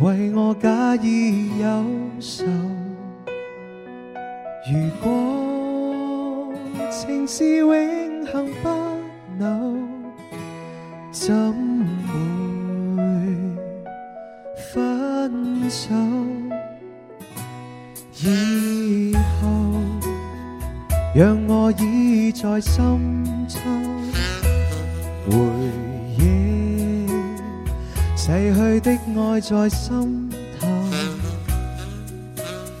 為我假意憂愁。如果情是永恆不朽，怎會分手？以後。让我倚在深秋，回忆逝去的爱在心头，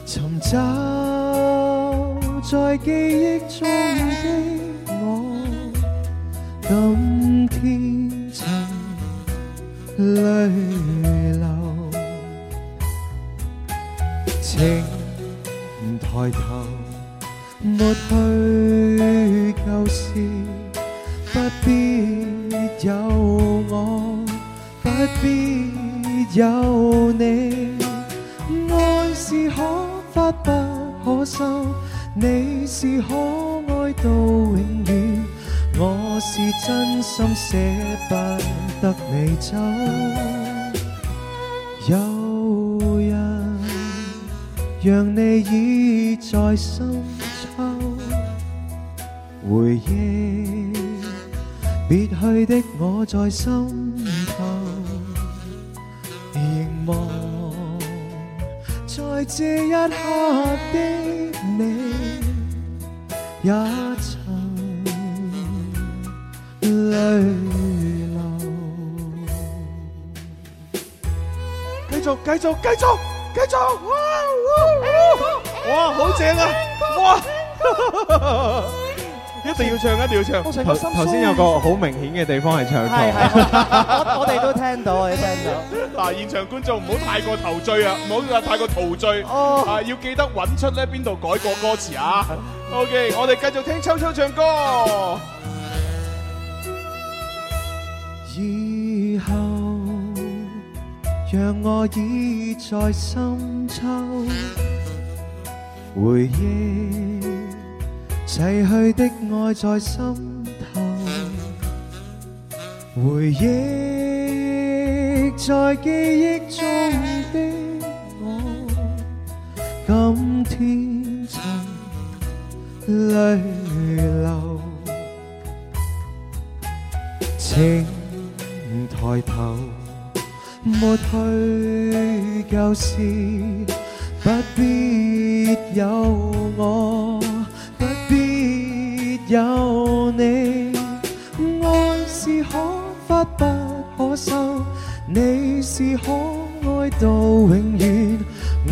寻找在记忆中的我，今天曾泪流，请抬头。没去旧事，不必有我，不必有你。愛是可發不可收，你是可愛到永遠，我是真心捨不得你走。有人讓你倚在心秋。回憶，別去的我在心頭，凝望在這一刻的你，也曾淚流。繼續，繼續，繼續，繼續！哇哇哇！好正啊！à. 哇！ 一定要唱，一定要唱。頭頭先有個好明顯嘅地方係 唱係錯。係，我我哋都聽到，我哋聽到。嗱，現場觀眾唔好太過陶醉啊，唔好太過陶醉，啊要記得揾出咧邊度改過歌詞啊。OK，我哋繼續聽秋秋唱歌。以後，讓我倚在深秋，回憶逝去的愛在心頭，回憶在記憶中的我，今天曾淚流，情。抬頭，沒去舊事，不必有我，不必有你。愛是可發不可收，你是可愛到永遠，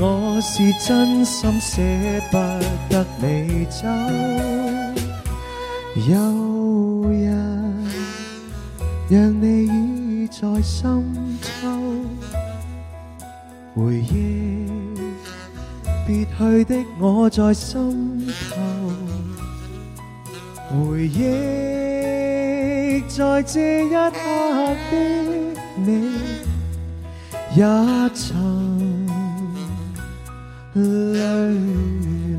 我是真心捨不得你走。有人。让你倚在深秋，回忆别去的我在心头，回忆在这一刻的你，也曾泪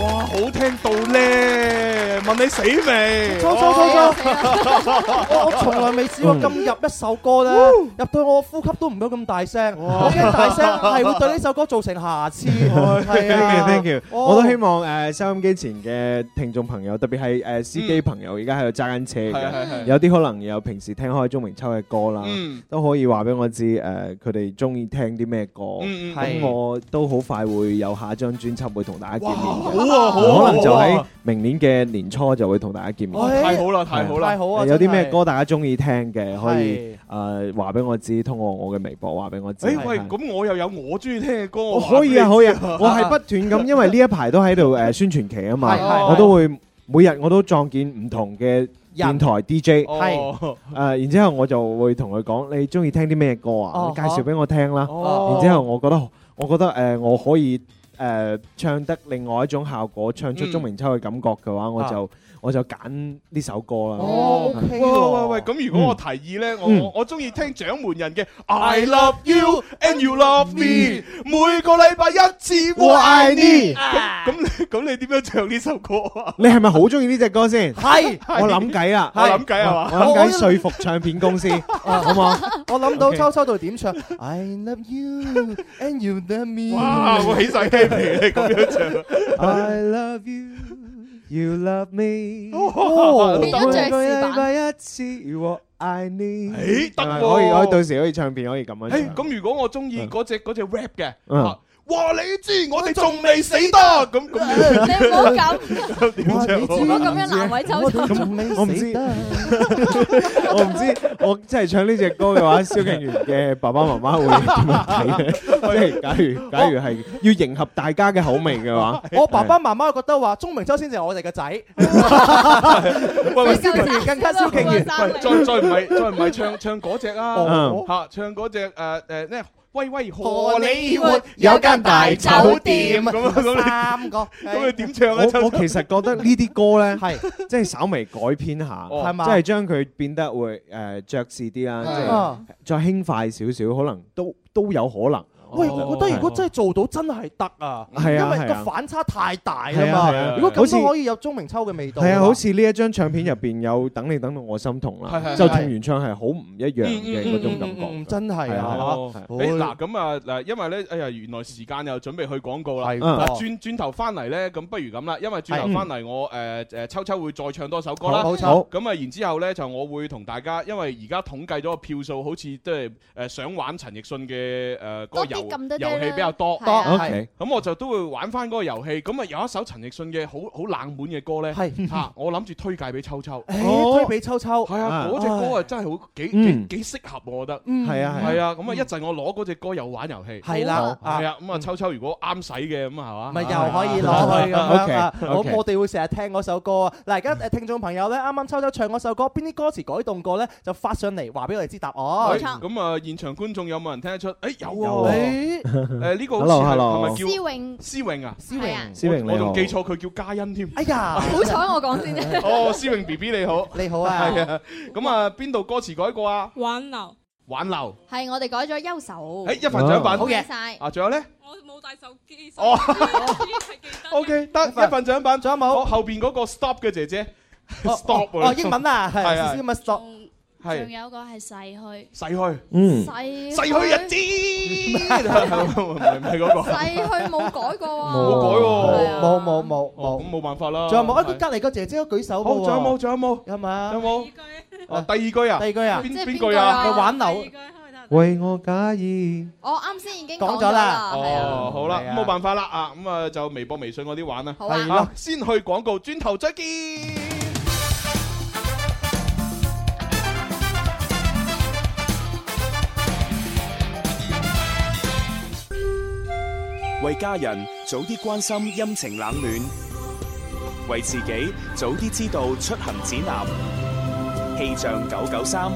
哇，好聽到咧！問你死未？錯錯錯錯！ 我我從來未試過咁入一首歌咧，入到我呼吸都唔到咁大聲，我驚大聲係會對呢首歌造成瑕 疵。係 Thank 啊 you，thank you。哦我都希望誒收音機前嘅聽眾朋友，特別係誒司機朋友，而家喺度揸緊車係係係嘅，有啲可能有平時聽開鍾明秋嘅歌啦嗯，都可以話俾我知誒佢哋中意聽啲咩歌。嗯嗯咁係我都好快會有下一張專輯會同大家見面嘅。好啊好啊可能就好喺啊明年嘅年初就會同大家見面。哇太好啦太好啦係太好啊有真啲係咩歌大家中意聽嘅，可以誒話俾我知，通過我嘅微博話俾我知。誒喂，咁我又有我中意聽嘅歌，我我可以啊，話可俾以你啊知，我係不斷咁，因為呢一排都喺度誒宣傳期啊嘛係係，我都會每日我都撞見唔同嘅電台 DJ，係誒，然之後我就會同佢講你中意聽啲咩歌啊哦，你介紹俾我聽啦，哦然之後我覺得我覺得誒我可以。誒唱得另外一種效果，唱出鐘明秋嘅感覺嘅話，我就我就揀呢首歌啦。哦係喂喂喂，咁如果我提議咧，我嗯我我中意聽掌門人嘅 I love you and you love me，每嗯個禮拜一次我愛你咁咁你咁你點樣唱呢首歌啊？你係咪好中意呢只歌先？係我諗計啦， 我諗計係嘛我諗計說服唱片 公司，好嘛？ 我諗到 OK 秋秋度點唱 I love you and you love me。哇！我起晒雞皮你咁樣唱。 I love you, you love me。哦變咗爵士版每個禮拜一次我愛你。誒得喎可以，可以到時可以唱片可以咁樣誒，唱。咁如果我中意嗰只嗰只 rap 嘅，嗯啊話你知我哋仲未死得，啊咁咁你唔好咁，點唱好啊？咁樣難為秋秋。咁我唔知，我唔知，我真係唱呢只歌嘅話，蕭敬元嘅爸爸媽媽會 點樣睇咧？即係假如假如係要迎合大家嘅口味 嘅話，我爸爸媽媽覺得話鐘明秋先至係我哋嘅仔， 喂喂，蕭敬元更加蕭敬喂元，再再唔係再唔係唱唱嗰只啊哦，嚇唱嗰只誒誒咩？喂喂，荷荷里里活活有有間間大大酒酒店店咁啊咁你三個咁你點唱啊？我秋我秋其實覺得呢啲歌咧，係即係稍微改編下，哦係嘛即係將佢變得會誒爵士啲啦嗯，即係再輕快少少，可能都都有可能。喂，我覺得如果真係做到，真係得啊！係啊因為係啊個反差太大係啦啊係啊嘛。如果好咁似都可以有鐘明秋嘅味道。係啊，好似呢一張唱片入邊有《等你等到我心痛》係係啦，係就同原唱係好唔一樣嘅嗰種感嗯覺。真係係啊啊！係啊誒嗱咁啊嗱，因為咧，哎呀，原來時間又準備去廣告啦。係嗱喎轉轉頭翻嚟咧，咁不如咁啦，因為轉頭係翻嚟我誒誒秋秋會再唱多首歌啦。好冇錯咁啊，然之後咧就我會同大家，因為而家統計咗個票數，好似即係誒想玩陳奕迅嘅誒嗰個多啲遊咁多啲啦遊戲比較多。係啊 OK 咁我就都會玩翻嗰個遊戲。咁啊有一首陳奕迅嘅好好冷門嘅歌咧，係嚇我諗住推介俾秋秋。誒推俾秋秋，係係啊，嗰只歌啊真係好幾幾嗯幾適合我覺得。嗯係啊係啊係啊，咁啊一陣我攞嗰只歌又玩遊戲。係啦好啊係啊，咁啊秋秋如果啱使嘅咁啊係嘛，咪又可以攞去咁樣啊！我 OK，OK 我哋會成日聽嗰首歌啊！嗱，而家誒聽眾朋友咧，啱啱秋秋唱嗰首歌，邊啲歌詞改動過咧，就發上嚟話俾我哋知答案。喂咁啊，現場觀眾有冇人聽得出？誒有啊喎喎， 誒呢個好似係 Hello，Hello 係咪叫思穎思穎啊？思穎係 à? 啊思穎你我仲好記錯佢叫嘉欣添。哎呀，好彩我講先啫。哦， 思穎 B B 你好，你好啊係啊，咁啊邊度歌詞改過啊？挽留，挽留，係我哋改咗憂愁。誒哎一份獎品，好嘢晒啊，仲有咧？我冇帶手機，哦所以係記 O K，得一份獎品，仲有冇？我後邊嗰個 stop 嘅姐姐，stop à? 哦，英文 à? 啊，係係啊少少咪 stop。係 Ừ, 仲有個係逝去，逝去，嗯逝逝去日子，唔係唔係嗰個，逝去冇改過啊。冇改喎，冇冇冇冇，咁冇辦法啦。仲有冇？啊，係佢隔離個姐姐都舉手好，喎。仲有冇？仲有冇？有嘛？有冇？哦，第二句啊，第二句啊邊即係邊邊句句啊啊？咪挽留。為我假意，我哦啱先已經講咗講咗啦啦，係啊。哦，好啦，係啊咁冇辦法啦啊，咁啊就微博、微信嗰啲玩啦。好啊係咯先去廣告，轉頭再見。為家人早啲關心陰晴冷暖，為自己早啲知道出行指南。氣象九九三，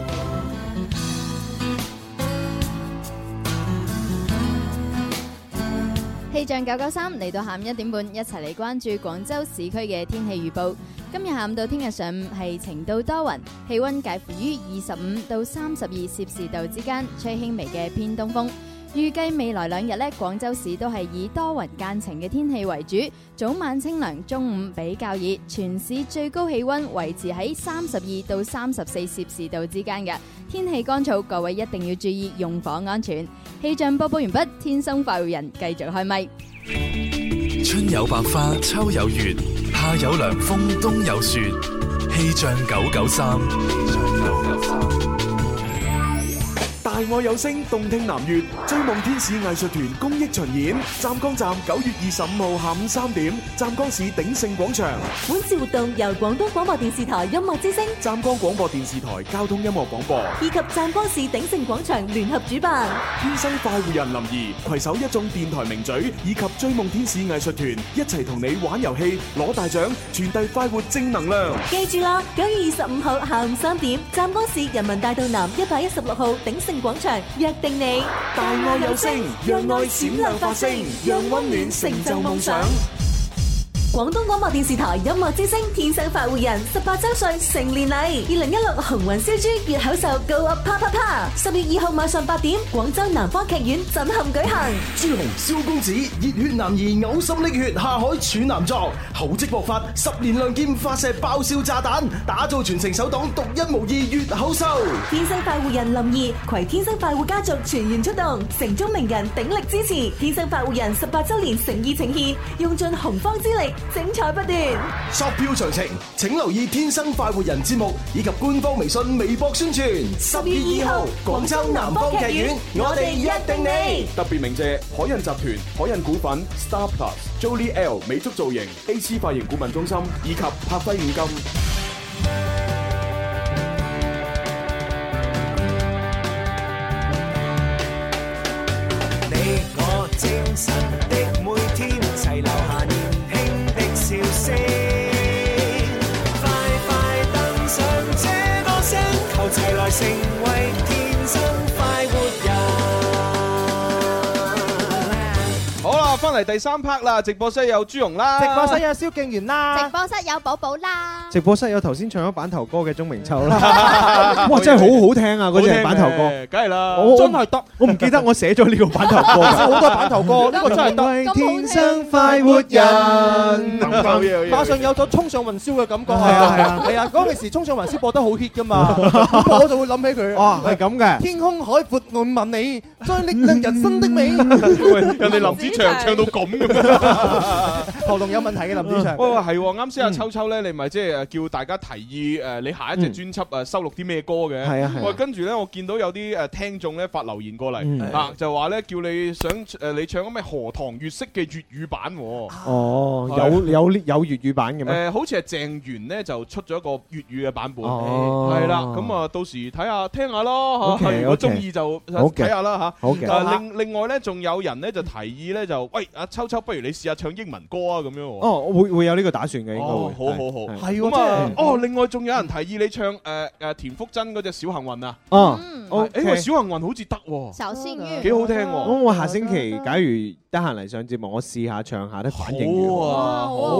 氣象九九三嚟到下午一點半，一齊嚟關注廣州市區嘅天氣預報。今日下午到聽日上午係晴到多雲，氣温介乎於二十五到三十二攝氏度之間，吹輕微嘅偏東風。預計未來兩日呢，廣州市都係以多雲間晴嘅天氣為主，早晚清涼，中午比較熱，全市最高氣温維持喺三十二到三十四攝氏度之間嘅天氣乾燥，各位一定要注意用火安全。氣象播報完畢，天生快活人繼續開咪。春有百花，秋有月，夏有涼風，冬有雪。氣象九九三，大愛有聲，動聽南粵，追夢天使藝術團公益巡演，湛江站九月二十五號下午三點，湛江市鼎盛廣場。本次活動由廣東廣播電視台音樂之聲湛江廣播電視台交通音樂廣播，以及湛江市鼎盛廣場聯合主辦。天生快活人林怡攜手一眾電台名嘴以及追夢天使藝術團，一齊同你玩遊戲，攞大獎，傳遞快活正能量。記住啦，九月二十五號下午三點，湛江市人民大道南一百一十六號鼎盛廣場約定你。大愛有聲，讓愛閃亮發聲，讓温暖成就夢想。廣東廣播電視台音樂之聲天生快活人十八周歲成年禮，二零一六紅雲燒豬粵口秀 Go Up 啪啪啪，十月二號晚上八點，廣州南方劇院震撼舉行。朱紅蕭公子，熱血男兒嘔心瀝血，下海處男作，厚積薄發，十年亮劍發射爆笑炸彈，打造全城首檔獨一無二粵口秀。天生快活人林怡携天生快活家族全員出動，城中名人鼎力支持，天生快活人十八周年誠意呈現，用盡洪荒之力，精彩不斷。索票詳情，請留意《天生快活人》節目以及官方微信、微博宣傳。十月二號，廣州南方劇院，我哋一定你。特別鳴謝海印集團、海印股份、Star Plus、Jolie L 美足造型、AC 髮型顧問中心以及柏輝五金。你我精神的每天，齊留下年輕的笑聲。快快登上這歌聲，求齊來成為天生快活人。好啦，翻嚟第三 part 啦，直播室有朱容啦，直播室有蕭敬元啦，直播室有寶寶啦，直播室有頭先唱咗版頭歌嘅鐘明秋啦， 哇真係好好聽啊！嗰隻版頭歌，梗係啦，我真係得，我唔記得我寫咗呢個 版頭歌，好多版頭歌，呢個真係得。天生快活人，馬上有咗衝上雲霄嘅感覺係啊係啊係啊！嗰陣時衝上雲霄播得好 hit 噶嘛，我就會諗起佢。哦係咁嘅天空海闊，我問你，再力量人生的美。喂 人哋林 子祥唱到咁嘅，喉嚨有問題嘅林子祥嗯喂喂，係喎，啱嗯先阿秋秋咧，你咪即係誒叫大家提議誒，你下一隻專輯呃誒收錄啲咩歌嘅？係啊係啊喂，跟住咧，我見到有啲誒呃聽眾咧發留言過嚟嗯啊，就話咧叫你想誒你唱咩荷塘月色嘅粵語版喎。哦，啊有有呢有粵語版嘅咩？誒，好似係鄭源咧就出咗一個粵語嘅版本，哦係啦，咁啊到時睇下聽下咯， OK，嚇如果 OK 中意就呃好嘅睇下啦嚇。好嘅啊另另外咧，仲有人咧就提議咧就，喂阿秋秋，不如你試下唱英文歌啊咁樣喎。哦，會會嗯有呢個打算嘅，應該哦，好會。好好，係咁啊真係，哦，另外仲有人提議你唱誒誒田馥甄嗰只《小幸運》啊，哦嗯誒， OK 因為《小幸運》好似得喎，小幸運幾好聽喎。咁我下星期假如得閒嚟上節目，我試下唱下啲反應如好何啊，好啊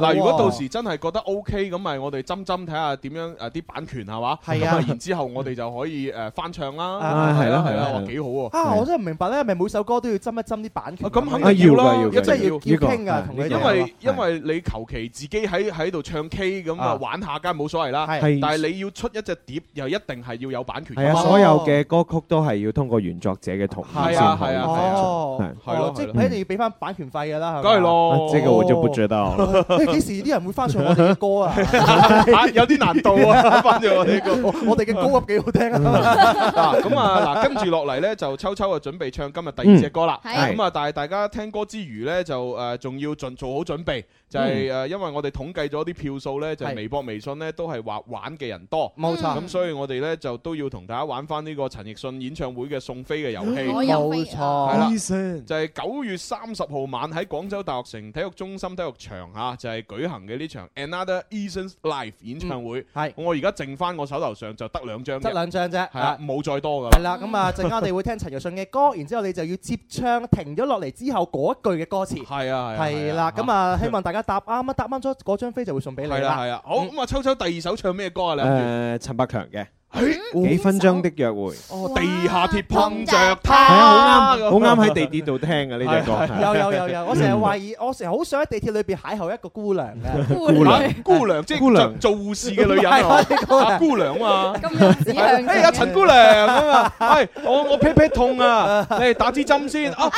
好啊嗱，如果好啊到時真係覺得 OK，咁咪我哋針針睇下點樣誒呃啲版權係嘛？係啊咁然之後我哋就可以誒翻唱啦。啊係啦係係啦啦，哇幾好喎！啊！我真係唔明白咧，係咪每首歌都要斟一斟啲版權？咁啊肯定啦啦，一真係要定要傾㗎，同你因為因為你求其自己喺喺度唱 K 咁啊啊玩下梗係冇所謂啦，但係係你要出一隻碟又一定係要有版權㗎嘛。係啊，所有嘅歌曲都係要通過原作者嘅同意係先啊可以係啊係啊出哦係，係咯即係咯係一定要俾翻版權費㗎啦，係咪梗係咯啊，這個我就不知 道了。喂，幾時啲人會翻唱我哋嘅歌啊？ 啊有啲難度啊， 翻咗我呢個。 我哋嘅歌曲幾好聽啊！嗱咁嗯 啊，嗱跟住落嚟咧，就秋秋啊準備唱今日第二隻歌啦。嗯係咁啊，但係大家聽歌之餘咧，就誒仲要盡做好準備，就係呃誒因為我哋統計咗啲票數咧，就嗯係微博、微信咧都係話玩嘅人多，冇錯咁所以我哋咧就都要同大家玩翻呢個陳奕迅演唱會嘅送飛嘅遊戲。我有飛啊係啦醫就係九月三十號晚喺廣州大學城體育中心體育場嚇，就係舉行嘅呢場 Another Eason's Live 演唱會。係，我而家剩翻我手頭上就得兩張啫，得兩張啫係啦啊，冇再多噶啦。係啦，咁啊，陣間我哋會聽陳奕迅嘅歌，然之後你就要接唱停咗落嚟之後嗰一句嘅歌詞。係啊，係啊係啦，咁啊，希望大家答啱啊，答啱咗嗰張飛就會送俾你係啦，係啦，啊係啊，好咁啊，秋秋第二首唱咩歌啊？你諗住誒陳百強嘅幾分鐘的約會，哦，地下鐵碰着係他，啊，好啱，好咁啱喺地鐵度聽嘅呢只歌，有有有有，我成日懷疑，我成日好想喺地鐵裏邊邂逅一個姑娘嗯嘅 姑娘，姑娘即係姑娘做做護士嘅女人啊啊，姑娘啊嘛。咁係哎呀，陳姑娘咁啊，哎，我我屁屁痛啊，你打支針先啊。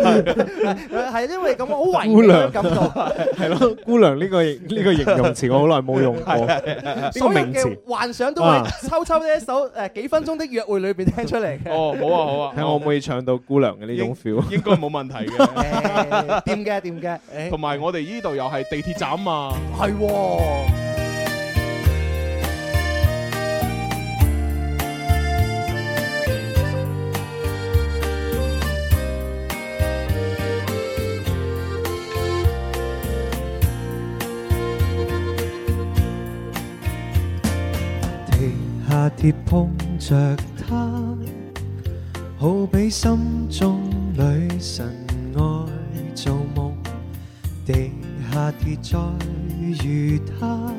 係因為咁，我好懷姑疑嘅娘感覺。係 咯，姑娘呢個呢個形容詞我好耐冇用過，呢個所有名詞啊嘅。幻想都係秋秋呢一首誒幾分鐘的約會裏邊聽出嚟嘅。 哦，好啊好啊， 睇我可唔可以唱到姑娘嘅呢種 feel？應該冇問 題嘅。掂嘅掂嘅，誒同埋我哋呢度又係地鐵站嘛，係 喎。地下鐵碰着他，好比心中女神愛做夢。地下鐵再遇他，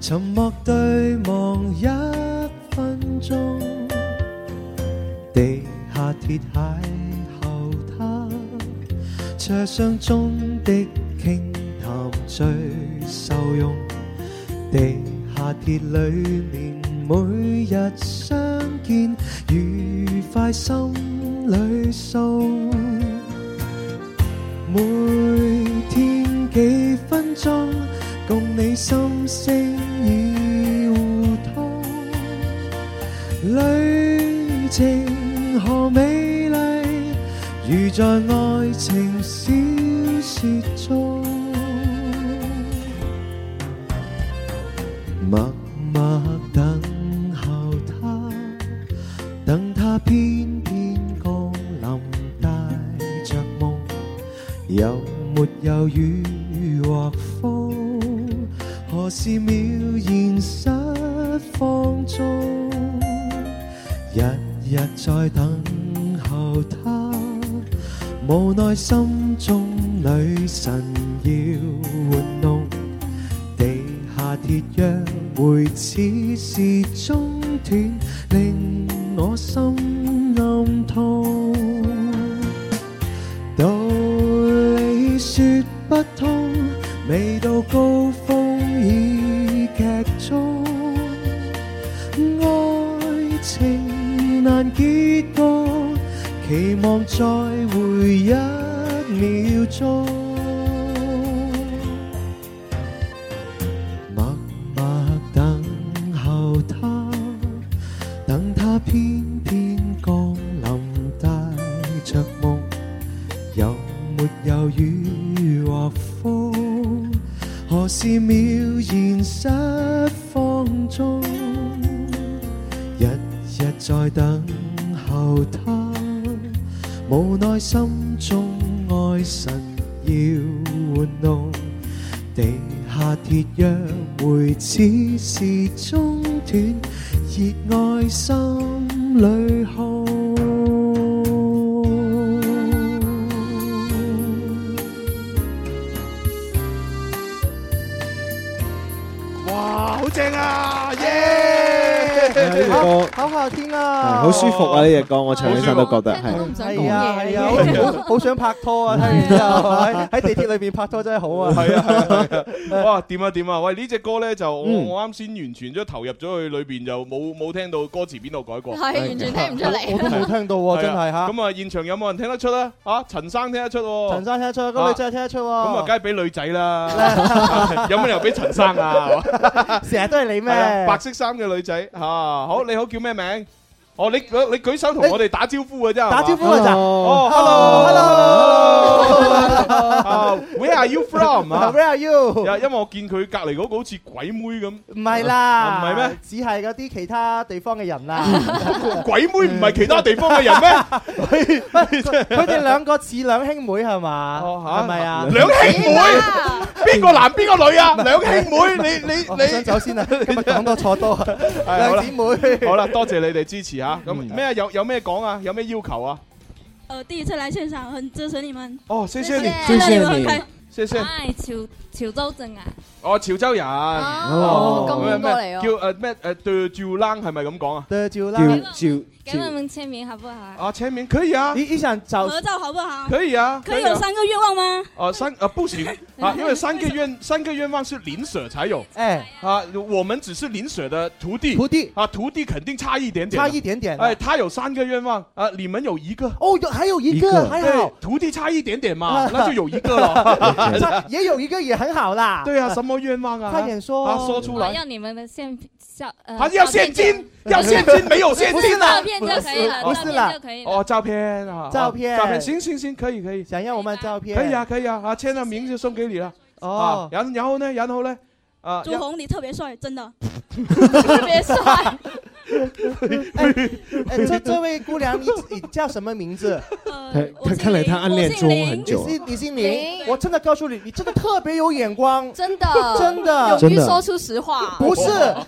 沉默對望一分鐘。地下鐵邂逅他，車廂中的傾談最受用。地下鐵裏面每日相見，愉快心裏訴。每天幾分鐘，共你心聲已互通。旅程何美麗，如在愛情小説中。默默等候他，等他偏偏降臨，帶着夢，有沒有雨或風？何時渺然失放縱？日日在等候他，無奈心中女神要玩弄。地下鐵約會此事中斷，令我心暗痛。道理說不通，未到高峰已劇終，愛情難結局，期望再會一秒鐘。默默等候他，等他偏偏降臨，帶着夢，有沒有雨或風？何時渺然失放縱？日日在等候他，無奈心中愛神要玩弄。地下鐵約會此事中斷，熱愛心裏耗。哇，好正啊，呢個耶！歌考下天係啦，好舒服啊！呢只歌我唱起身都覺得係係。係啊係 啊，好好想拍拖啊！聽嗯完之後喺喺地鐵裏邊拍拖真係好啊！係啊係啊，哇點啊點啊！喂呢只歌咧就 Ừ. 我我啱先完全都投入咗去裏邊，就冇冇聽到歌詞邊度改過，係完全聽唔出嚟我都冇聽到喎，真係 係啊嚇。咁啊現場有冇人聽得出啊？啊陳生聽得出喎，陳生聽得出，咁你真係聽得出咁啊喎。梗係俾女 仔啦， 有乜理由俾陳生啊？ 成日都係你咩？係啊白色衫嘅女仔吓，啊好你好叫咩名？哦，你你你舉手同我哋打招呼嘅啫，係嘛打招呼㗎咋 Ờ, 哦，hello，hello，hello，Where Ờ, are you from？啊 Dạ, Where are you？因因為我見佢隔離嗰個好似鬼妹咁，唔係啦，唔係咩？？只係嗰啲其他地方嘅人 啦。 鬼妹唔係其他地方嘅人咩？佢哋兩個似兩兄妹係嘛？哦係咪啊？兩兄妹，邊個男邊個女 啊？兩啊兄妹， 你你我你哦啊想走 先啦，啊今日講多錯多，啊好啦兩姊妹。好啦，多謝你哋支持 Ừ. 吓。咁咩啊有有咩講啊？有咩要求啊？呃，第一次来现场，很支持你们。哦，謝謝你，看到你们很开，先生。唉，潮潮州正啊，哦，潮州人，哦咁咩遠過嚟咩喎叫誒咩誒對照冷係咪咁講啊？對照冷，给我们签名好不好？啊，签名可以啊，一一想找合照好不好？可以啊，可以有三个愿望吗？哦，三呃不 行啊，因为三个愿三个愿望是邻舍才有，哎啊，我们只是邻舍的徒弟，徒弟啊，徒弟肯定差一点点，差一点点哎，他有三个愿望啊，你们有一个，哦，有还有一个还好啊对，哎徒弟差一点点嘛，那就有一个 ，了也有一个也很好啦。对啊，什么愿望啊？快点说哦啊，说出我来要。你们的现照，呃，他要照片现金，就要现金，没有现不金是啊照片就可以了，不是照不是片就可以了。哦，照片啊，照片照片，行行行，可以可以，想要我们照片可以啊可以啊，啊，签了名就送给你了。哦啊，然然后呢，然后呢，啊，朱红，你特别帅，真的，特别 帅。哎，这这位姑娘，你你叫什么名字？他看来他暗恋朱红很你久了。是你姓林林，我真的告诉你，你真的特别有眼光，真的真的，勇于说出实话，不是，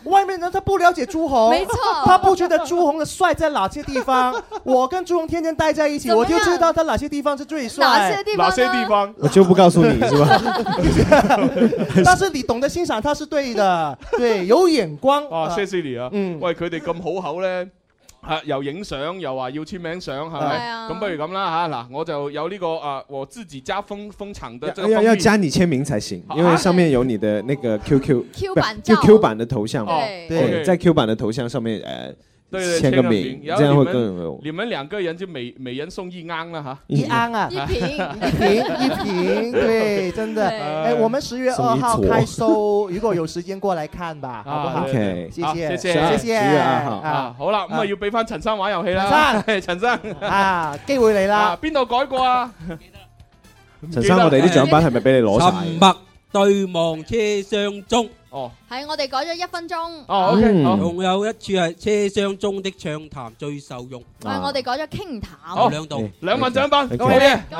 外面人他不了解朱红，没错他不觉得朱红的帅在哪些地 方。我跟朱红天天待在一起，怎么我样就知道他哪些地方是最帅。哪些地方呢哪些地方？我就不告诉你是吧？ 但是你懂得欣赏他是对的，对，有眼光。啊，呃谢谢你啊。喂，佢哋咁好口咧。啊！又影相，又話要簽名相，係係咪？啊咁不如咁啦嚇，嗱，我就有呢個啊，我自己家封封藏的 這個要要封要面加你签名才行，因为上面有你的那个 QQ Q 不版就照 Q 版的头像嘛哦，对对，在 Q 版的头像上面對呃對签簽个個名，然这样後你会們更有用。你們兩個人就每每人送一盎啦嚇，一盎啊一瓶一瓶一 瓶，对，真的。对哎，我们十月送二一号撮开收，如果有时间过来看吧，啊好不好 OK 谢好谢，謝谢謝谢，十月二號啊，好啦，咁啊要俾翻陳生玩遊戲啦啦。陳生，陳生啊，機會嚟啦啊，邊度改過啊？陳生，我哋哎啲獎品係咪俾你攞晒？哦，系我哋改咗一分鐘，啊哦，OK，好。唔係我哋改咗傾談，啊好兩度兩份獎品， OK 恭喜你。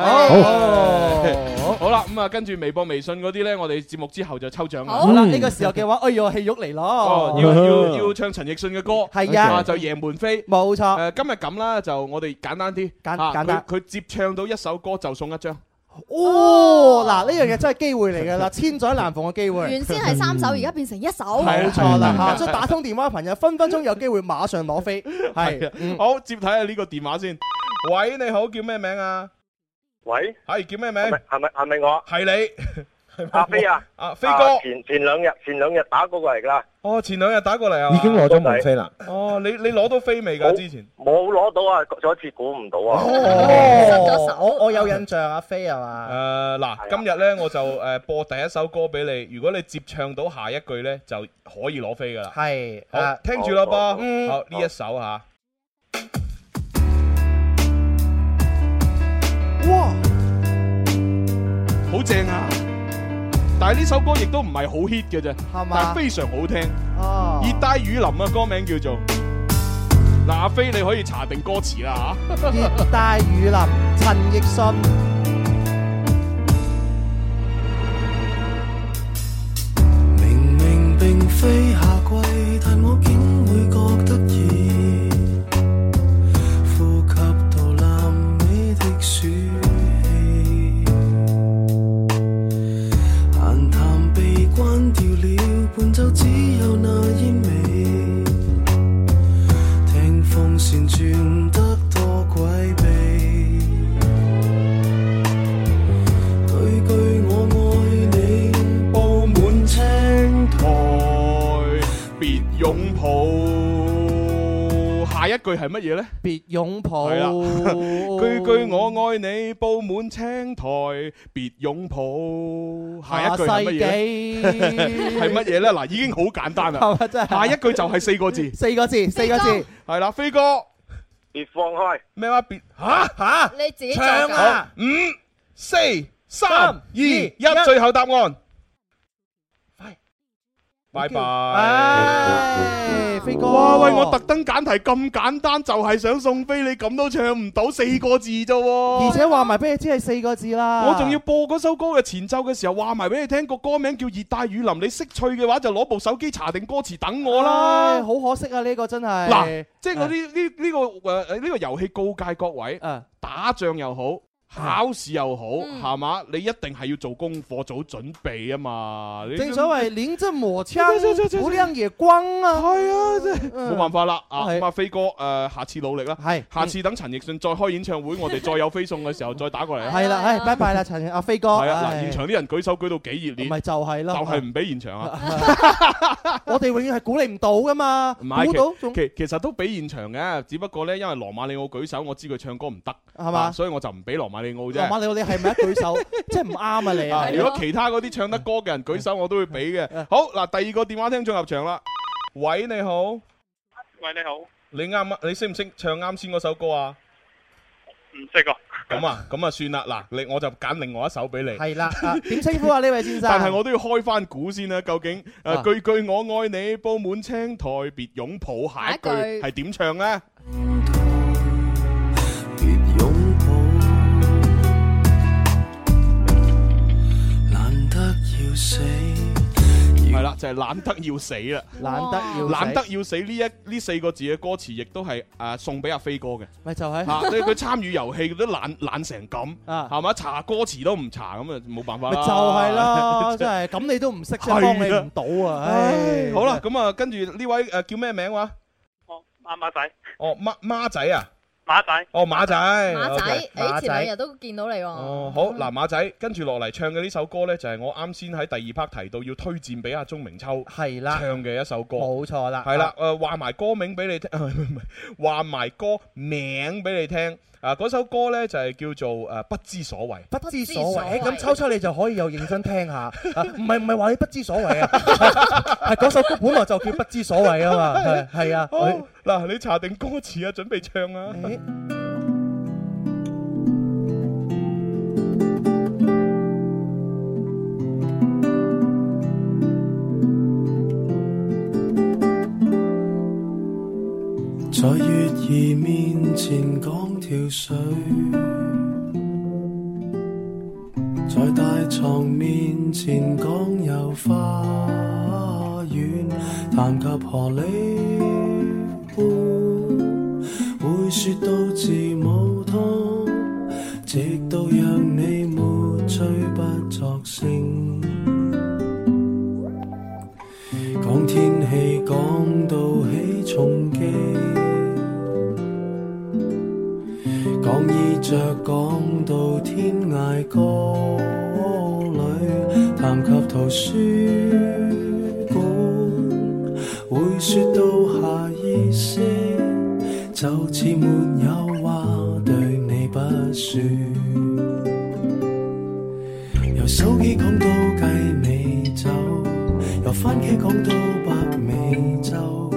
好， 好啦，咁啊，跟住微博、微信嗰啲咧，我哋節目之後就抽獎啦。好啦，呢個時候嘅話，哎呦，戲肉嚟哦咯，，要要要唱陳奕迅嘅歌，係啊就贏門飛，冇錯。誒，呃今日咁啦，就我哋簡單啲，簡簡單佢佢接唱到一首歌就送一張，哦，嗱呢樣嘢真係機會嚟㗎啦，千載難逢嘅機會。嗯原先係三首，而家變成一首，冇錯啦係嚇，啊所以打通電話嘅朋友分分鐘有機會馬上攞飛，係。嗯啊好接睇下呢個電話先。喂，你好，叫咩名啊？喂，係叫咩名？係咪係咪我？啊係你。阿飛啊，阿飛哥前前兩日前兩日打嗰個嚟㗎啦，哦，前兩日打過嚟啊，已經攞咗門飛啦。哦，你你攞到飛未㗎？之前冇攞到啊，嗰次估唔到啊。哦，我我有印象，阿飛係嘛？誒啊呃嗱，今日咧我就誒播第一首歌俾你，如果你接唱到下一句咧，就可以攞飛㗎啦。係好啊，聽住咯噃，嗯好呢一首嚇。哇，好正啊！但係呢首歌亦都唔係好 hit 嘅啫，係嘛但係非常好聽。哦，熱帶雨林啊，歌名叫做。嗱，阿飛你可以查定歌詞啦嚇。熱帶雨林，陳奕迅。明明並非夏季，但我竟會覺得熱，呼吸到南美的暑氣，閒談被關掉了，伴奏只有那煙味，聽風扇轉得多詭秘。句句我愛你，布滿青苔，別擁抱。下一句係乜嘢呢？別擁抱。係啦，句句我愛你，布滿青苔，別擁抱。下一句係乜嘢下呢？ 世紀係乜嘢呢？嗱，已經好簡單 啦係咪真。係下一句就係四個字，四個字，四個字。係啦，飛哥別放開咩話？別嚇嚇，你自己做唱㗎啊！五、四、三、二、一，最後答案。拜拜。飛哥，哇喂！我特登揀題咁簡單，就係想送飛，你咁都唱唔到四個字啫喎。而且話埋俾你知係四個字啦。我仲要播嗰首歌嘅前奏嘅時候，話埋俾你聽個歌名叫《熱帶雨林》，你識趣嘅話就攞部手機查定歌詞等我啦。唉好可惜啊！呢個真係啊呃嗱，即係我呢呢呢個誒呢個遊戲告誡各位，打仗又好，啊考試又好，嗯係嘛？你一定係要做功課，做好準備啊嘛。你正所謂臨陣磨 槍真真，真不亮也光啊！係啊，真冇冇辦法啦，啊咁啊，飛哥誒，下次努力啦。嗯係，下次等陳奕迅再開演唱會，我哋再有飛送嘅 時候再打過嚟啊。係啦，唉，拜拜啦，陳阿飛哥。係啊，嗱，唉現場啲人舉手舉到幾熱烈，咪就係咯，就係唔俾現場啊。我哋永遠係估你唔到噶嘛，唔係估到其其其實都俾現場嘅，只不過咧，因為羅馬里奧舉手，我知佢唱歌唔得，係嘛啊所以我就唔俾羅馬里奧啫。羅馬里奧你係咪一 舉手？真係唔啱啊你啊！啊如果其他嗰啲唱得歌嘅人舉手，我都會俾嘅。好嗱，第二個電話聽眾入場啦。喂，你好，喂，你好，唔你啱啱你識唔識唱啱先嗰首歌啊？識啊，咁啊，咁啊算啦。嗱，你我就揀另外一首俾你。係啦，啊點稱呼啊呢位先生？但係我都要開翻股先啦，究竟啊誒句句我愛你，布滿青苔，別擁抱，下一句下一句係點唱啊呢？難得要死，係啦，就係懶得要死啦，懶得要死懶得要死呢一呢四個字嘅歌詞，亦都係誒送俾阿飛哥嘅。咪就係吓，你佢參與遊戲都懶懶成咁，係嘛？查歌詞都唔查，咁啊冇辦法咪啦。就係 啦，真係咁你都唔識，真係幫你唔到啊！唉唉，，好啦，咁啊，跟住呢位誒叫咩名話？馬馬仔，哦，孖孖仔啊，馬仔，哦馬仔，馬仔 OK，，誒前兩日都見到你喎。哦，好嗱，馬仔，跟住落嚟唱嘅呢首歌呢，就係我啱先喺第二 part 提到要推薦俾阿鐘明秋係啦唱嘅一首歌，冇錯啦，啊係啦，誒話埋歌名俾你聽， 唔係話埋歌名俾你聽，啊嗰首歌呢，就係叫做誒不知所謂，不知所謂，咁秋秋你就可以有認真聽下，啊唔係唔係話你不知所謂啊， 係嗰首歌本來就叫不知所謂啊嘛，係 係啊，哎好嗱，你查定歌詞啊，準備唱啊。在月兒面前講跳水，在大床面前講遊花園，談及荷里活，會説到字母通，直到讓你沒趣不作聲。講天氣講到起重機，講衣着講到天涯歌裏，談及圖書館，會説到下意識，就似沒有話對你不説。由手機講到雞尾酒。由番茄講到北美洲，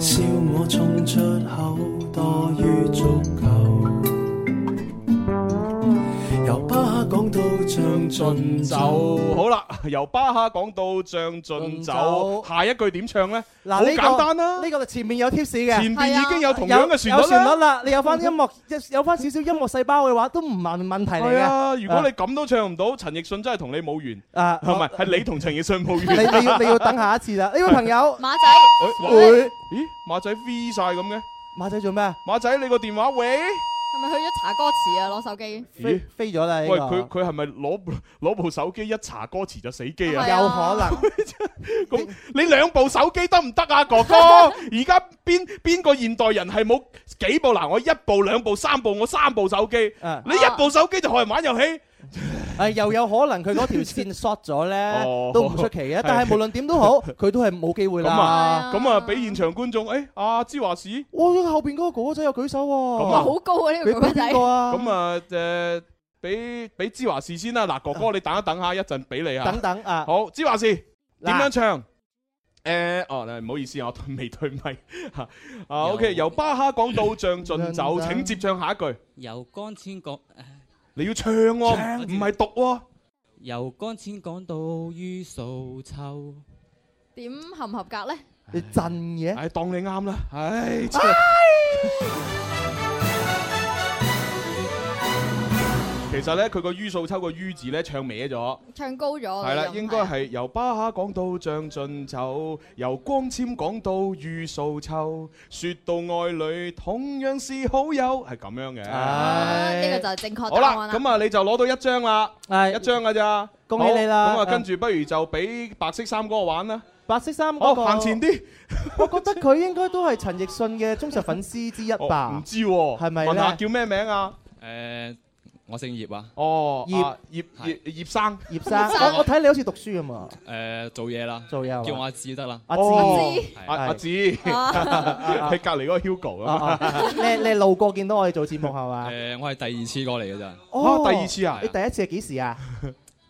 笑我衝出口多於足夠。由巴克講到將進就酒，好啦，由巴哈講到將進酒，下一句點唱呢？好嗱呢簡單啦，個呢個就前面有 tips 嘅，前面已經有同樣嘅旋律啦有旋律啦，你有翻音樂 有翻少少音樂細胞嘅話，都唔問問題嚟係嘅。啊！如果你咁都唱唔到，陳奕迅真係同你冇緣啊！係咪？係你 同陳奕迅冇你緣。你要你 要等下一次啦，呢位朋友 馬仔，誒。哇會咦，馬仔 V 晒咁嘅？馬仔做咩？馬仔，你個電話喂？係咪去咗查歌詞啊？攞手機。咦，飛咗啦！呢個喂，佢佢係咪攞部 攞部手機一查歌詞就死機 啊？有可 能。你兩部手機得唔得 啊，哥哥？而家邊邊個現代人係冇幾部嗱？我一部、兩部、三部，我三部手機。你一部手機就可以玩遊戲。誒又有可能佢嗰條線 short 咗咧哦，都唔出奇 嘅。但係無論點都好，佢都係冇機會咁啦。啊，咁啊，俾現場觀眾，誒，阿芝華士。哇！後邊嗰個哥哥仔有舉手喎，咁啊好高啊呢個佢哦俾邊個啊？咁啊，誒，俾俾芝華士先啦。嗱，哥哥你等一等下，一陣俾你啊。等等啊好，芝華士點樣唱？誒，哦，唔好意思，我未對咪 嚇。啊，OK，由巴哈講到將進 酒，請接唱下一句。由光纖講，你要唱喎，唔係讀喎。由光纖講到於素秋，點合唔合格咧？你震嘅，唉，當你啱啦， 唉，真係唉其其實咧佢個於數抽個於字咧唱歪咗。唱高咗嘅係啦，音應該係由巴哈講到將進酒，由光纖講到玉素秋，説到愛侶同樣是好友，係咁樣啊嘅。呢個就係正確好答案啦，啦。咁啊你就攞到一張啦，一張噶咋，恭喜你啦好咁啊啊跟住不如就俾白色衫嗰個玩啦，白色衫好嗰個行前啲，我覺得佢應該都係陳奕迅嘅忠實粉絲之一吧？哦唔知喎，係咪問下咧？叫咩名啊？誒，我姓葉啊。哦，葉啊葉葉葉生，葉生，我我睇你好似讀書咁啊！誒，呃做嘢啦，做嘢啊叫我阿志得啦。阿哦志阿阿志，哦 喺隔離嗰個 Hugo 啊嘛。 你你路過見到我哋做節目係嘛？誒，呃我係第二次過嚟嘅咋。哦，第二次 啊你第一次係幾時啊？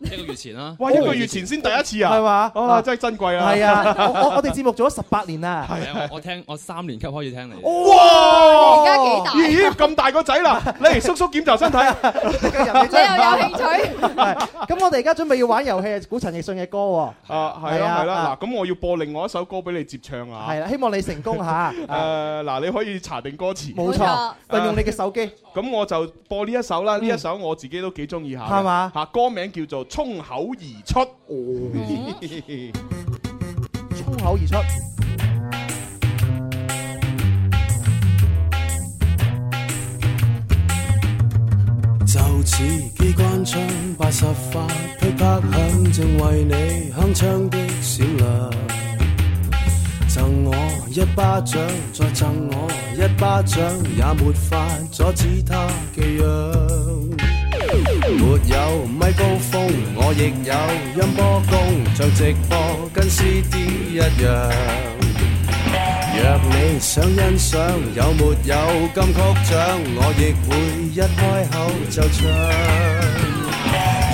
一個月前啦。哇！一個月前先第一 次哦啊，係嘛啊，真係珍貴啊！係 啊，我我我哋節目做咗十八年啦。係啊，我我聽我三年級開始聽你。哦哇！你而咦，咁大個仔啦， 啊嚟叔叔檢查身體。你你又有興趣？啊咁我哋而家準備要玩遊戲，估陳奕迅嘅歌喎。啊，係係啦啊係啦啊，嗱，咁我要播另外一首歌俾你接唱啊。係啦，希 望你成功嚇。啊誒嗱，你可以查定歌詞。啊冇錯運用你嘅手機。嗯咁我就播呢一首啦，呢一首我自己都幾中意下嘅。係嘛嚇，歌名叫做《衝口而出》。嗯衝口而出。就似機關槍八十發噼啪響，正為你鏗鏘的閃亮。贈我一巴掌，再贈我一巴掌，也沒法阻止他寄養。沒有咪高峰，我亦有音波功，像直播跟 CD 一樣。若你想欣賞有沒有金曲獎，我亦會一開口就唱。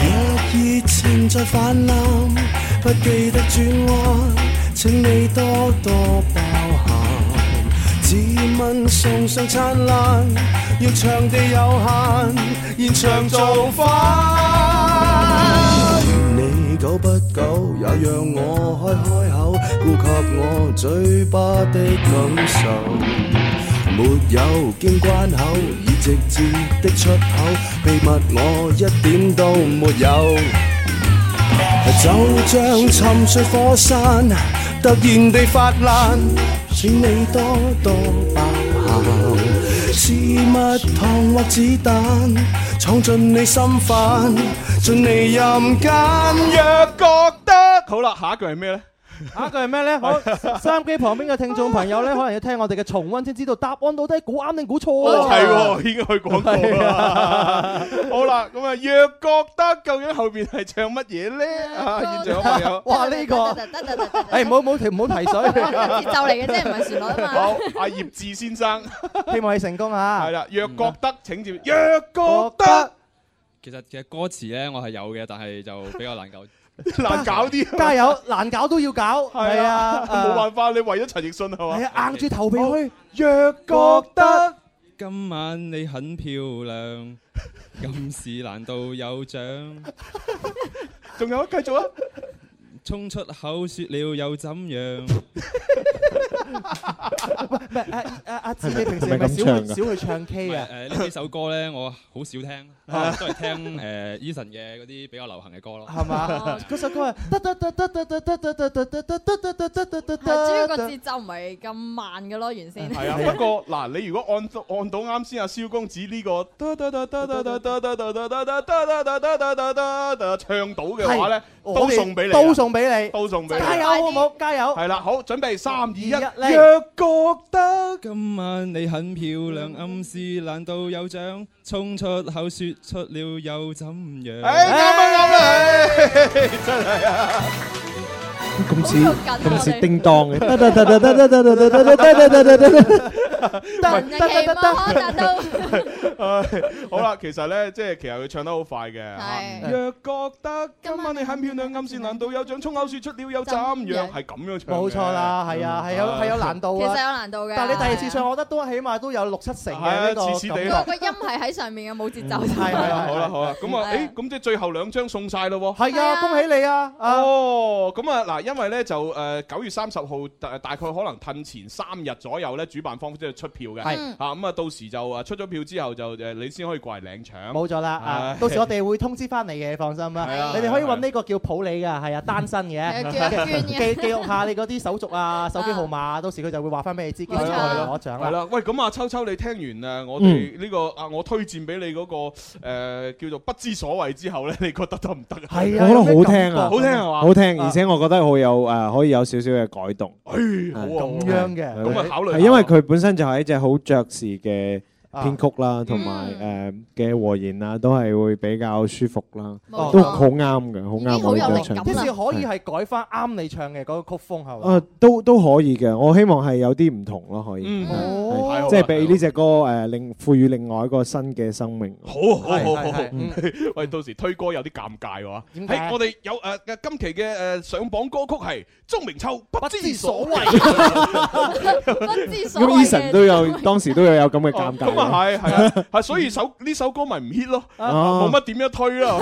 若熱情在泛濫，不記得轉彎，請你多多包涵。自問送上燦爛，要唱地有限，現場做法。你久不久也讓我開開口，顧及我嘴巴的感受。沒有經關口，已直接的出口，秘密我一點都沒有。就像沉睡火山，突然地發爛，請你多多包涵。是蜜糖或子彈，闖進你心瓣，進你陰間。若覺得好啦，下一句係咩咧？下一句係咩咧？好，收音機旁邊嘅聽眾朋友咧，可能要聽我哋嘅重溫先知道答案到底估啱定估錯哦啊！係喎，已經去廣告啦。好啦，咁啊，若覺得究竟後邊係唱乜嘢咧？啊，現場嘅朋友，哇呢個，誒唔好唔好提唔好提水，節奏嚟嘅啫唔係旋律啊嘛好，阿葉志先生，希望你成功啊！係啦，若覺得請接，若覺得其實其實歌詞咧我係有嘅，但係就比較難搞。難搞啲，加油，難搞都要搞，係啊，冇辦法，你為咗陳奕迅係嘛？係啊，硬住頭皮去。若覺得今晚你很漂 亮，暗示難道有獎？仲有繼續啊！衝出口説了又怎樣？唔係阿阿阿志，你平時係咪係咪咁唱少去少㗎去唱 K 啊？誒呢幾首歌咧，我好少聽，啊都係聽誒 Eason 嘅嗰啲比較流行嘅歌咯。係 嘛？嗰首歌係得得得得得得得得得得得得得得得得係主得要個得。節奏唔係咁慢嘅咯，原先係啊，不過嗱，你如果按到按到啱先阿蕭公子呢個得得得得得得得得得得得得得得得得得得唱到嘅話咧，都送俾你，都送俾你，都送俾你，加油好冇？加油！係啦，好，準備三二一，若覺得今晚你很漂亮，暗示難道有獎？衝出口説出了又怎樣？誒啱啊啱啊，嘿真係啊！咁似咁似叮當嘅，得得得得得得得得得得得得得得得。Ờ, 唉好啦，其實咧，即係其實佢唱得好快嘅。嚇嗯若覺得今晚你很漂亮，暗示難道有獎？衝口説出了有怎樣？係咁樣唱嘅。Dạ. 冇錯啦，係啊，係有係有難度啊。其實有難度嘅但係你第二次唱，我覺得都起碼都有六七成係啊嘅呢個似似地感個覺個音係喺上面嘅，冇節奏。係嗯係係啦，係好啦，好啦，咁啊，係啊誒，咁即係最後兩張送晒咯喎。係啊，恭喜你啊！啊哦，咁啊，嗱，因為咧就誒九月三十號大大概可能褪前三日左右咧，主辦方即係出票嘅，係啊咁啊，到時就誒出咗票之後就誒你先可以過嚟領獎。冇咗啦啊！係到時我哋會通知翻你嘅，放心係啊啦。你哋可以揾呢個叫普理㗎，係啊，單身嘅係啊叫阿娟，嘅記記錄下你嗰啲手續啊、手機號碼，到時佢就會話翻俾你知，幾時可以攞獎係啦。啦，喂，咁啊，秋秋，你聽完呃誒我嗯哋呢個啊，我推薦俾你嗰個誒呃叫做不知所謂之後咧， 你覺得得唔得啊？係我覺得好聽啊，好聽係嘛？好聽，而且我覺得好有誒，可以有少少嘅改動。好啊咁樣嘅，咁啊考慮下係因為佢本身就係一隻好爵士嘅啊編曲啦，同埋誒嘅和弦啊，都係會比較舒服啦，冇錯都好啱嘅，好啱我哋嘅唱。即是可以係改翻啱你唱嘅嗰個曲風係嘛？啊，都都可以嘅，我希望係有啲唔同咯，可以，嗯哦係係即係俾呢只歌誒另賦予另外一個新嘅生命。好好好好好， 喂，到時推歌有啲尷尬喎。嗯解喺我哋有誒嘅今期嘅誒上榜歌曲係鍾明秋不知所謂，不知所 咁 Eason 都有當時都有有咁嘅尷尬。咁啊係 係啊，係所以首呢首歌咪唔 hit 咯，哦冇乜點樣推咯。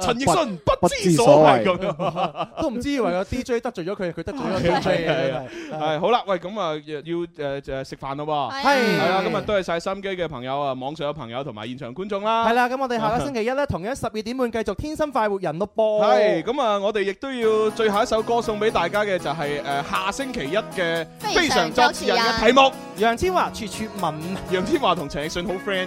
陳奕迅不知所謂咁樣。 都唔知以為 個 DJ 得罪咗佢，佢得罪咗個係 DJ 係嘅啊，係好啦，喂，咁啊要誒誒食飯咯喎，係係啦，咁啊多謝晒心機嘅朋友啊，網上嘅朋友同埋現場觀眾啦，啊係啦，咁我哋下個星期一咧，同樣十二點半繼續《天生快活人》咯噃。 係咁啊，我哋亦都要最後一首歌送俾大家嘅就係誒下星期一嘅非常作詞人嘅題目，楊千嬅處處吻，楊千嬅同陳奕迅好 friend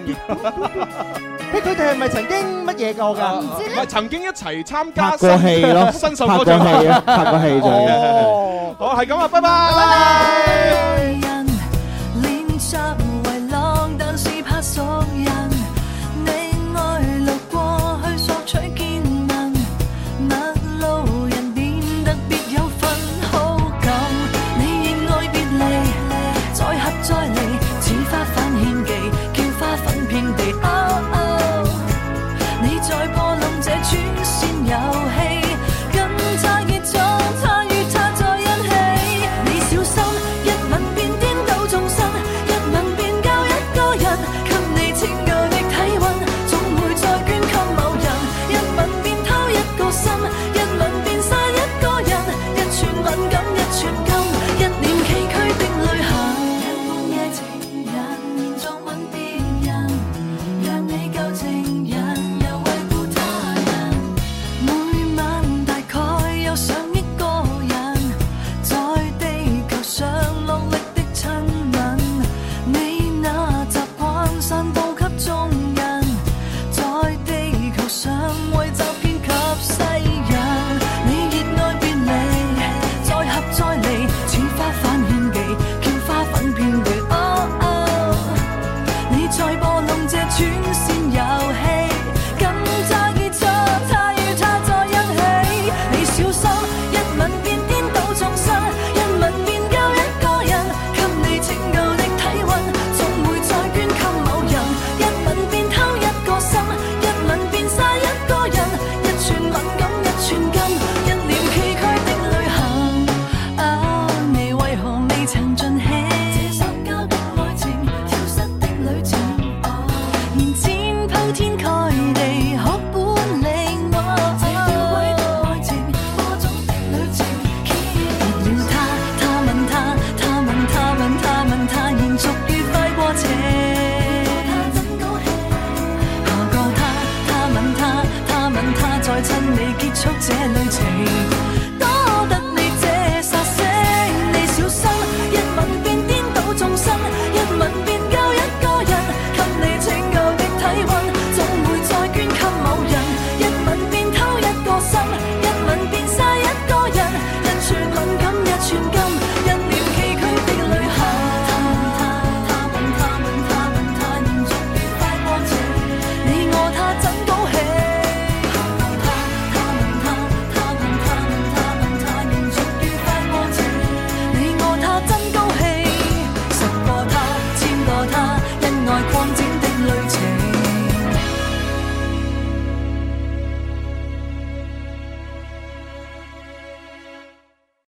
誒嘅，佢哋係咪曾經乜嘢過㗎？係曾經一齊參加拍過戲咯新新秀拍過歌唱戲啊拍過戲就係哦好係咁啊，拜拜。